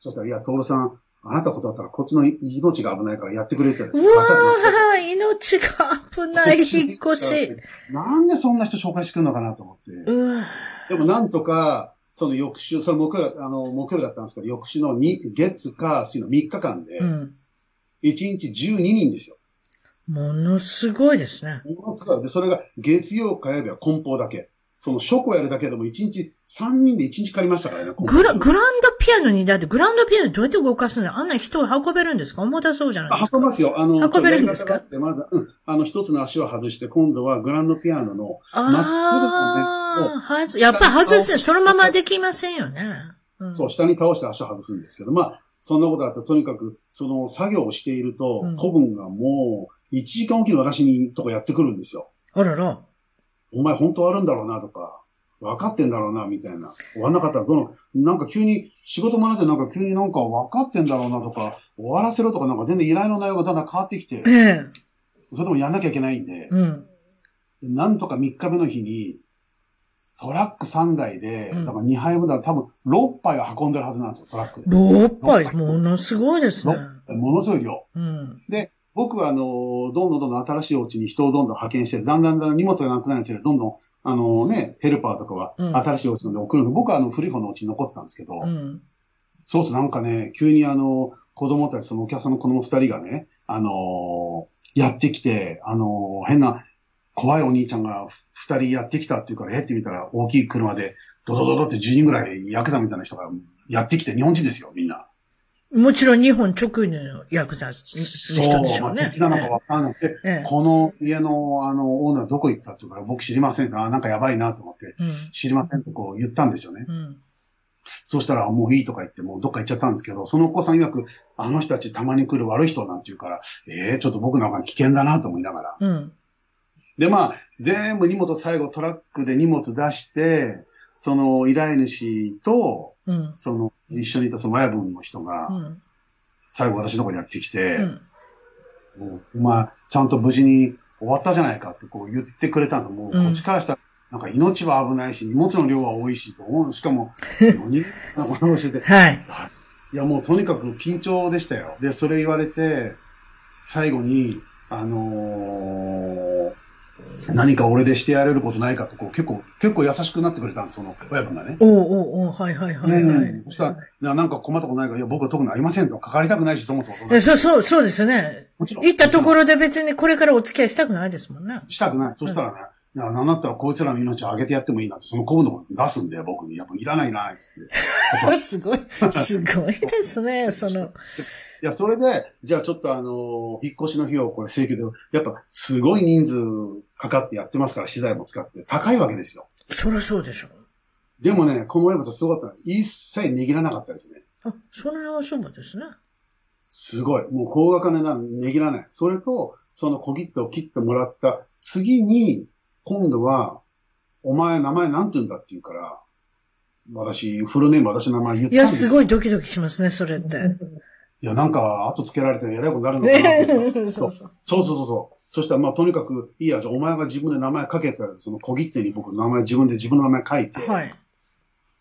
Speaker 2: そしたら、いや、徹さん、あなた断ったらこっちの命が危ないからやってくれって言わ
Speaker 1: う
Speaker 2: れ
Speaker 1: わ
Speaker 2: てガチャッとなって
Speaker 1: ー命が危な い引っ越し。。
Speaker 2: なんでそんな人紹介してくるのかなと思って。
Speaker 1: うわ
Speaker 2: でもなんとか、その翌週、それ木曜、あの、木曜だったんですけど、翌週のに月か水の3日間で、
Speaker 1: ーうん。
Speaker 2: 1日12人ですよ。
Speaker 1: ものすごいですね。
Speaker 2: ものすごいで、それが月曜、火曜日は梱包だけ。その書庫やるだけでも1日、3人で1日借りましたからね。
Speaker 1: グラ、グランドピアノに、だってグランドピアノどうやって動かすのあんな人を運べるんですか重たそうじゃないで
Speaker 2: あ
Speaker 1: すか。
Speaker 2: 運びますよ。あの、
Speaker 1: 運べるんですか
Speaker 2: ちょっとやり方があってまず、うん。あの、一つの足を外して、今度はグランドピアノの、まっすぐの
Speaker 1: ああ、はず、やっぱ外せ、そのままできませんよね。うん
Speaker 2: そう、下に倒して足を外すんですけど、まあ、そんなことあって、とにかく、その作業をしていると、
Speaker 1: うん
Speaker 2: 古文がもう、1時間おきの私にとかやってくるんですよ。
Speaker 1: あらら。
Speaker 2: お前本当はあるんだろうなとか、分かってんだろうな、みたいな。終わんなかったらどの、なんか急に、仕事もなってなんか急になんか分かってんだろうなとか、終わらせろとかなんか全然依頼の内容がだんだん変わってきて
Speaker 1: え、え。
Speaker 2: それでもやんなきゃいけないんで、
Speaker 1: うん。
Speaker 2: なんとか3日目の日に、トラック3台で、
Speaker 1: うん
Speaker 2: だから2杯分だから多分6杯は運んでるはずなんですよ、トラックで。
Speaker 1: 6杯、ものすごいですね。
Speaker 2: ものすごい量。
Speaker 1: うん。
Speaker 2: 僕はあの、どんどんどんどん新しいお家に人をどんどん派遣して、だんだんだんだん荷物がなくなるにつれて、どんどん、あのね、ヘルパーとかは
Speaker 1: うん
Speaker 2: 新しいお家ので送るの、僕はあの古い方のお家に残ってたんですけど、
Speaker 1: うん。
Speaker 2: そうするとなんかね、急にあの、子供たち、そのお客さんの子供二人がね、あのやってきて、あの変な、怖いお兄ちゃんが二人やってきたっていうから、えって見たら大きい車で、ドドドドって10人ぐらいヤクザみたいな人がやってきて、日本人ですよ、みんな。
Speaker 1: もちろん日本直入のヤクザの人でしょう
Speaker 2: まあ
Speaker 1: ね。
Speaker 2: 敵なのかわからなくて、
Speaker 1: ええ
Speaker 2: この家の、あの、オーナーどこ行ったって言うから、僕知りませんって、あ、なんかやばいなと思って、
Speaker 1: ええ
Speaker 2: 知りませんってこう言ったんですよね。
Speaker 1: うん。うん。
Speaker 2: そうしたら、もういいとか言って、もうどっか行っちゃったんですけど、そのお子さん曰く、あの人たちたまに来る悪い人なんて言うから、ええちょっと僕なんか危険だなと思いながら。
Speaker 1: うん。
Speaker 2: で、まあ、全部荷物を最後トラックで荷物出して、その依頼主と、
Speaker 1: うん。
Speaker 2: その一緒にいたその親分の人
Speaker 1: う
Speaker 2: が、
Speaker 1: ん。
Speaker 2: 最後私のとこにやってきて、
Speaker 1: うん。
Speaker 2: もうお前、ちゃんと無事に終わったじゃないかってこう言ってくれたの。もう、
Speaker 1: うん
Speaker 2: こっちからしたら、なんか命は危ないし、荷物の量は多いしと思う。しかも、4人のこの教えて。
Speaker 1: はい。
Speaker 2: いや、もうとにかく緊張でしたよ。で、それ言われて、最後に、あのー何か俺でしてやれることないかと、こう結構、結構優しくなってくれたんです、その親分がね。
Speaker 1: おうおうおうはいはいはいはい。
Speaker 2: うんそしたら、ななんか困ったことないから、いや、僕は特にありませんと。かかりたくないし、そもそもそんな
Speaker 1: えそうそう、そうですね。
Speaker 2: もちろん
Speaker 1: 行ったところで別にこれからお付き合いしたくないですもんね。
Speaker 2: したくない。そしたらね、いやなんだったらこいつらの命をあげてやってもいいなって、そのコブのこと出すんだよ、僕に。いや、もういらない、いらないって言って。
Speaker 1: すごい、すごいですね、その。
Speaker 2: いや、それで、じゃあちょっとあのー引っ越しの費用をこれ請求で、やっぱすごい人数かかってやってますから、資材も使って。高いわけですよ。
Speaker 1: そりゃそうでしょ。
Speaker 2: でもね、この親分さんすごかったの一切握らなかったですね。
Speaker 1: あ、その辺はそうですね。
Speaker 2: すごい。もう高額なのに握らない。それと、その小切手を切ってもらった次に、今度は、お前名前なんて言うんだって言うから、私、フルネーム私の名前言ったん
Speaker 1: い
Speaker 2: ですよ
Speaker 1: や、すごいドキドキしますね、それって。
Speaker 2: いや、なんか、後つけられて偉くなるのかなと思った
Speaker 1: ねそうそう。
Speaker 2: そうそうそうそう。そしたら、まあ、とにかく、いいや、じゃあお前が自分で名前書けって言われて、その小切手に僕の名前、自分で自分の名前書いて、
Speaker 1: はい。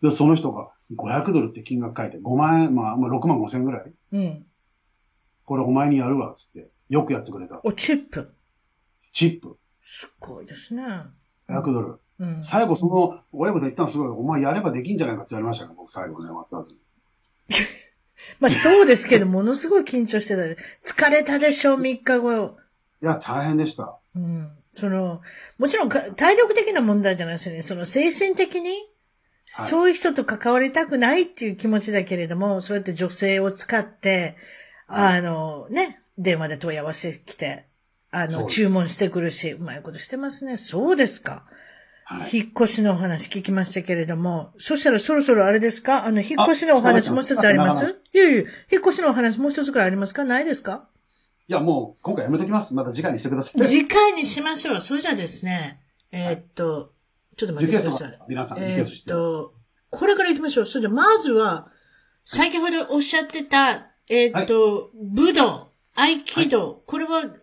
Speaker 2: で、その人が500ドルって金額書いて、5万円、まあ、まあ、6万5千円ぐらい。
Speaker 1: うん。
Speaker 2: これお前にやるわ、つって。よくやってくれた。
Speaker 1: お、チップ。
Speaker 2: チップ、
Speaker 1: すごいですね。
Speaker 2: 500ドル。
Speaker 1: うん。
Speaker 2: 最後、その、親分さん言ったのすごい、お前やればできんじゃないかって言われましたね、僕最後ね、終わった後に。
Speaker 1: まあそうですけど、ものすごい緊張してた。疲れたでしょ、3日後。
Speaker 2: いや、大変でした。
Speaker 1: うん。その、もちろんか体力的な問題じゃないですよね。その精神的に、そういう人と関わりたくないっていう気持ちだけれども、そうやって女性を使って、あの、ね、電話で問い合わせきて、あ
Speaker 2: そう
Speaker 1: の、
Speaker 2: です
Speaker 1: 注文してくるし、うまいことしてますね。そうですか。
Speaker 2: はい。
Speaker 1: 引っ越しのお話聞きましたけれども、そしたらそろそろあれですかあの、引っ越しのお話
Speaker 2: あ
Speaker 1: もう一つありま
Speaker 2: あなる
Speaker 1: すいやいや、引っ越しのお話もう一つくらいありますかないですか
Speaker 2: いや、もう、今回やめときます。また次回にしてください。
Speaker 1: 次回にしましょう。それじゃあですね、えーっと、ちょっと待ってくださ
Speaker 2: リクエス
Speaker 1: い
Speaker 2: ト。皆さんリク
Speaker 1: え
Speaker 2: エスト
Speaker 1: ー
Speaker 2: し
Speaker 1: ってと、これから行きましょう。それじゃあまずは、先ほどおっしゃってた、えーっと、武道、合気道、これは、ど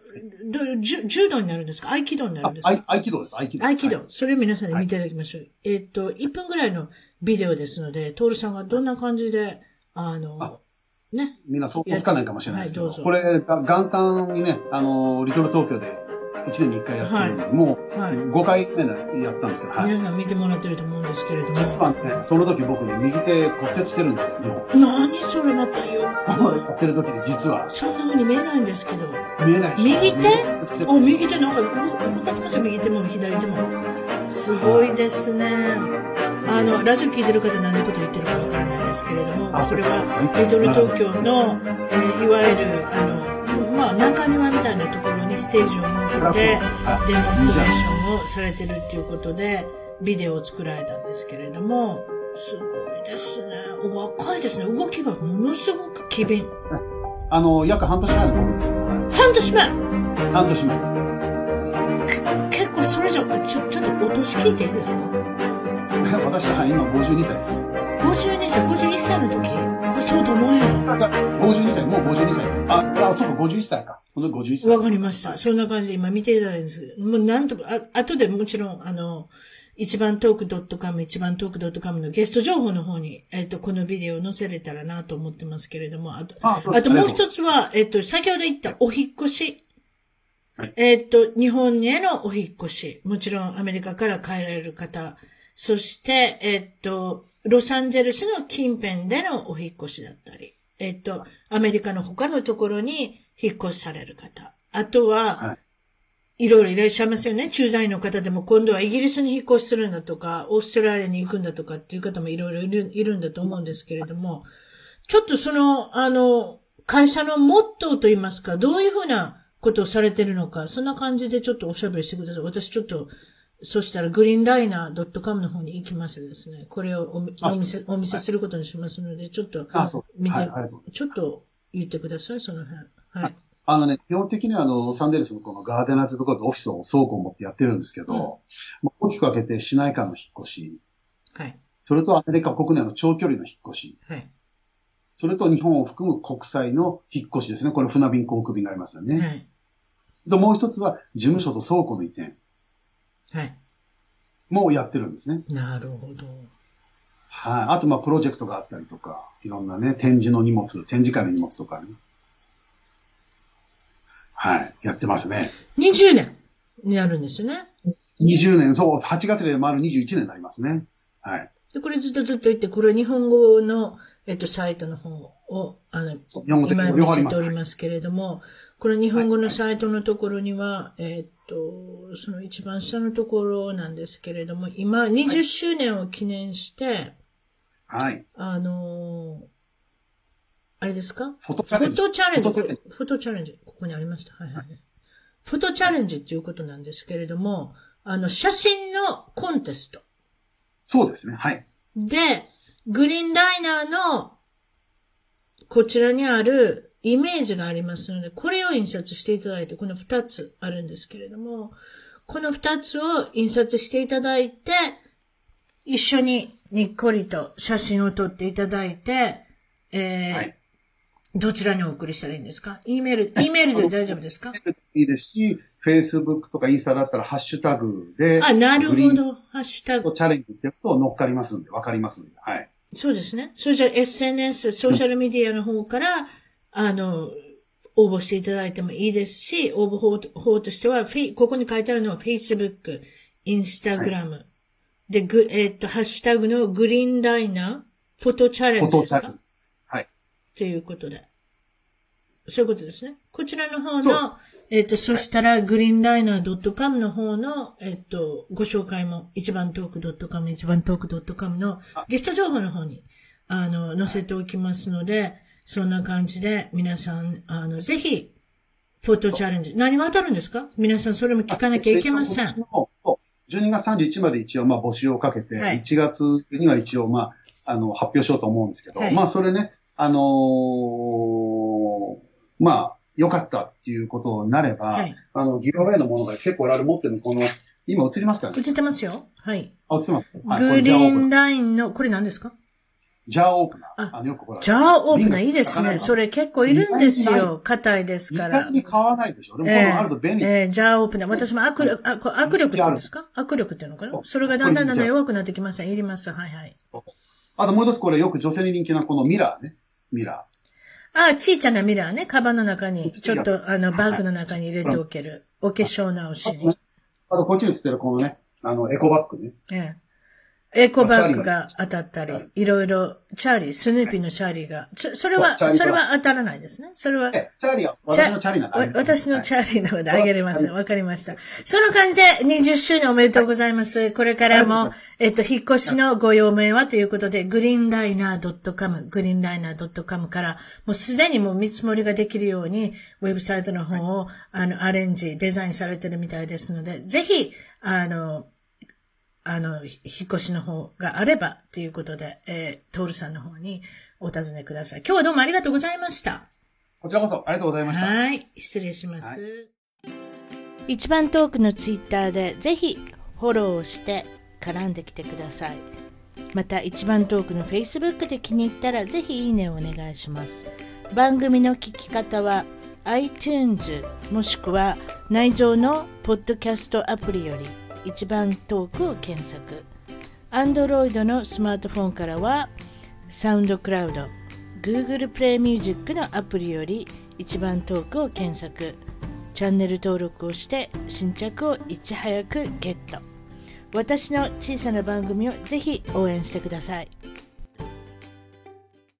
Speaker 1: 柔柔道になるんですか合気道になる
Speaker 2: あ
Speaker 1: んですか
Speaker 2: 合合気道です、合気道。
Speaker 1: 合気道
Speaker 2: はい。
Speaker 1: それを皆さんに見ていただきましょう。えーっと、1分ぐらいのビデオですので、トールさんがどんな感じで、あの、
Speaker 2: あ
Speaker 1: ね、
Speaker 2: みんな想像つかないかもしれないですけど、
Speaker 1: はいどうぞ
Speaker 2: これ、が元旦にね、あの、リトル東京で1年に1回やってるので、もう
Speaker 1: はい。
Speaker 2: 5回目でやったんですけど、はい。
Speaker 1: 皆さん見てもらってると思うんですけれども。
Speaker 2: 実はね、その時僕ね、右手骨折してるんですよ、二本
Speaker 1: 何それまたよ。
Speaker 2: やってる時に実は
Speaker 1: そんな風に見えないんですけど。
Speaker 2: 見えないし。
Speaker 1: 右手
Speaker 2: 手
Speaker 1: あ、右手なんか、う動かしました。右手も左手も。すごいですね。あの、ラジオ聞いてる方何のこと言ってるかわからないですけれども、これは、リトル東京の、えーいわゆる、あの、まあ、中庭みたいなところにステージを設けて、
Speaker 2: は
Speaker 1: デモンストレーションをされてるっていうことで、ビデオを作られたんですけれども、すごいですね。お若いですね。動きがものすごく機敏。
Speaker 2: いあの、約半年前の僕です。
Speaker 1: 半年前
Speaker 2: 半年前。
Speaker 1: け結構それじゃ、ちょ、ちょっとお年聞いていいですか
Speaker 2: 私は今52歳です。
Speaker 1: ?52 歳、51歳の時、これそうと思うやろ。
Speaker 2: 52歳、もう52歳。あ、あ、そうか、51歳か。本当に51歳。
Speaker 1: わかりました。そんな感じで今見ていただいたんですけど、もうなんとか、あ、後でもちろん、あの、一番トーク .com、一番トーク .com のゲスト情報の方に、えっ、と、このビデオを載せれたらなと思ってますけれども、あと、
Speaker 2: あ、そうで
Speaker 1: あ
Speaker 2: す
Speaker 1: ともう
Speaker 2: りが
Speaker 1: 一つは、えっ、と、先ほど言ったお引っ越し
Speaker 2: はい。
Speaker 1: えっ、と、日本へのお引っ越し。もちろんアメリカから帰られる方。そして、えっ、と、ロサンゼルスの近辺でのお引っ越しだったり。えっ、と、アメリカの他のところに引っ越しされる方。あとは、、
Speaker 2: はい
Speaker 1: ろいろいらっしゃいますよね。駐在員の方でも今度はイギリスに引っ越しするんだとか、オーストラリアに行くんだとかっていう方もいろいろいるいるんだと思うんですけれども、ちょっとその、あの、会社のモットーといいますか、どういうふうなことをされてるのか、そんな感じでちょっとおしゃべりしてください。私ちょっと、そしたらグリーンライナー .com の方に行きましてですね、これをおみ
Speaker 2: あ
Speaker 1: お見せ、お見せすることにしますので、ちょっと
Speaker 2: とう。あ、そう。
Speaker 1: 見て、
Speaker 2: はい、ありがとうございます。
Speaker 1: ちょっと言ってください、その辺。はい。
Speaker 2: あのね、基本的にはあの、サンデルスのこのガーデナーというところでオフィスを倉庫を持ってやってるんですけど、
Speaker 1: うん
Speaker 2: まあ大きく分けて市内間の引っ越し、
Speaker 1: はい。
Speaker 2: それとアメリカ国内の長距離の引っ越し、
Speaker 1: はい。
Speaker 2: それと日本を含む国際の引っ越しですね。これ船便航空便がありますよね。
Speaker 1: はい。
Speaker 2: ともう一つは事務所と倉庫の移転
Speaker 1: はい。
Speaker 2: もやってるんですね。
Speaker 1: なるほど。
Speaker 2: はい。あとまあプロジェクトがあったりとか、いろんなね、展示の荷物、展示会の荷物とかね。はい。やってますね。
Speaker 1: 20年になるんですよね。
Speaker 2: 20年、そう、8月で丸21年になりますね。はい。
Speaker 1: で、これずっとずっと言って、これ日本語の、えっと、サイトの方を、あの、
Speaker 2: そう日本語的
Speaker 1: 今
Speaker 2: に両
Speaker 1: 見
Speaker 2: 方あり
Speaker 1: せ
Speaker 2: ま
Speaker 1: て
Speaker 2: す。
Speaker 1: おりますけれども、この日本語のサイトのところには、えーっと、その一番下のところなんですけれども、今20周年を記念して、
Speaker 2: はい。
Speaker 1: あのーあれですか
Speaker 2: フォトチ
Speaker 1: フ
Speaker 2: ャレン
Speaker 1: ォ
Speaker 2: ジ。
Speaker 1: トチャレンジ。
Speaker 2: フォトチャレン
Speaker 1: フォトチャレンジ。ここにありました。はいはいはい。フォトチャレンジっていうことなんですけれども、あの、写真のコンテスト。
Speaker 2: そうですね。はい。
Speaker 1: で、グリーンライナーのこちらにあるイメージがありますので、これを印刷していただいて、この2つあるんですけれども、この2つを印刷していただいて、一緒ににっこりと写真を撮っていただいて、えー
Speaker 2: はい
Speaker 1: どちらにお送りしたらいいんですか ?E メール、E メールで大丈夫ですか
Speaker 2: いいですし、Facebook とかインスタだったらハッシュタグで、
Speaker 1: あ、なるほ
Speaker 2: グリーン
Speaker 1: ど。ハッシュタグ
Speaker 2: と。チャレンジってやると乗っかりますんで、わかりますんで。はい。
Speaker 1: そうですね。それじゃあ SNS、ソーシャルメディアの方から、あの、応募していただいてもいいですし、応募方法としては、フェイここに書いてあるのは Facebook、Instagram、で、ぐ、えっと、ハッシュタグのグリーンライナー、フォトチャレ
Speaker 2: フォ
Speaker 1: ンジ
Speaker 2: ト
Speaker 1: です
Speaker 2: チャレン
Speaker 1: か
Speaker 2: ジ。はい。
Speaker 1: ということで。そういうことですね。こちらの方
Speaker 2: そう
Speaker 1: の、えっ、と、そしたら、グリーンライナー .com の方の、えっ、と、ご紹介も、一番トーク .com、一番トーク .com のゲスト情報の方に、あの、載せておきますので、そんな感じで、皆さん、あの、ぜひ、フォトチャレンジ。何が当たるんですか皆さん、それも聞かなきゃいけませ
Speaker 2: あで
Speaker 1: ん。
Speaker 2: 今年のそう12月31まで一応まあ募集をかけて、
Speaker 1: はい
Speaker 2: 1月には一応まあ、あの、発表しようと思うんですけど、
Speaker 1: はい
Speaker 2: まあそれね、あのーまあ、良かったっていうことになれば、
Speaker 1: はい。
Speaker 2: あの、ギブアウェイのものが結構我々持ってるの、この、今映りますかね
Speaker 1: 映ってますよはい。
Speaker 2: あ、映ってます。はい、こ
Speaker 1: グ
Speaker 2: れ
Speaker 1: リ
Speaker 2: ジャーオープ
Speaker 1: ー
Speaker 2: ン
Speaker 1: ンラインの、これ何ですか
Speaker 2: ジャーオープナ
Speaker 1: あ
Speaker 2: ー。あの、よくほら。
Speaker 1: ジャーオープナーいいです
Speaker 2: 瓶
Speaker 1: ね。
Speaker 2: が
Speaker 1: それ結構いるんです
Speaker 2: 意外に
Speaker 1: よ。硬いです
Speaker 2: 意
Speaker 1: から
Speaker 2: 外。に買わないでしょ。でも、こういうのあると便利。
Speaker 1: えージャーオープナー。私も握力、あこれ握力って言うんですか握力っていうのか
Speaker 2: そ
Speaker 1: な
Speaker 2: う
Speaker 1: それがだんだんだんだん
Speaker 2: これ
Speaker 1: 弱くなってきました。いります。はいはい。
Speaker 2: あともう一つこれよく女性に人気なこのミラーね。ミラ
Speaker 1: あ、小さなミラーね。カバンの中に、ちょっ
Speaker 2: 小
Speaker 1: と、あの、バッグの中に入れておける。お化粧直しに。
Speaker 2: あと、こっちに映ってるこのね、あの、エコバッグね。
Speaker 1: ええ。エコバッグが当たったり、いろいろ、チャーリー、スヌーピーのチャーリーが、そそれは、
Speaker 2: そうチャーリー
Speaker 1: それは当たらないですね。それは、
Speaker 2: え、チャーリーは、私のチャーリーなんだ
Speaker 1: わ
Speaker 2: ね。
Speaker 1: 私の
Speaker 2: はい
Speaker 1: チャーリーなのであげれます。わかりました。その感じで20周年おめでとうございます。これからも、えっと、引っ越しのご用命はということで、グリーンライナー .com、グリーンライナー .com から、もうすでにもう見積もりができるように、ウェブサイトの方を、あの、アレンジ、デザインされてるみたいですので、ぜひ、あの、あの、ひ引っ越しの方があれば、ということで、えー、トールさんの方にお尋ねください。今日はどうもありがとうございました。
Speaker 2: こちらこそ、ありがとうございました。
Speaker 1: はい、失礼します。一番トークのツイッターでぜひフォローして絡んできてください。また一番トークの Facebook で気に入ったらぜひいいねをお願いします。番組の聞き方は iTunes もしくは内蔵のポッドキャストアプリより一番トークを検索。Android のスマートフォンからはサウンドクラウド Google プレイミュージックのアプリより一番トークを検索チャンネル登録をして新着をいち早くゲット私の小さな番組をぜひ応援してください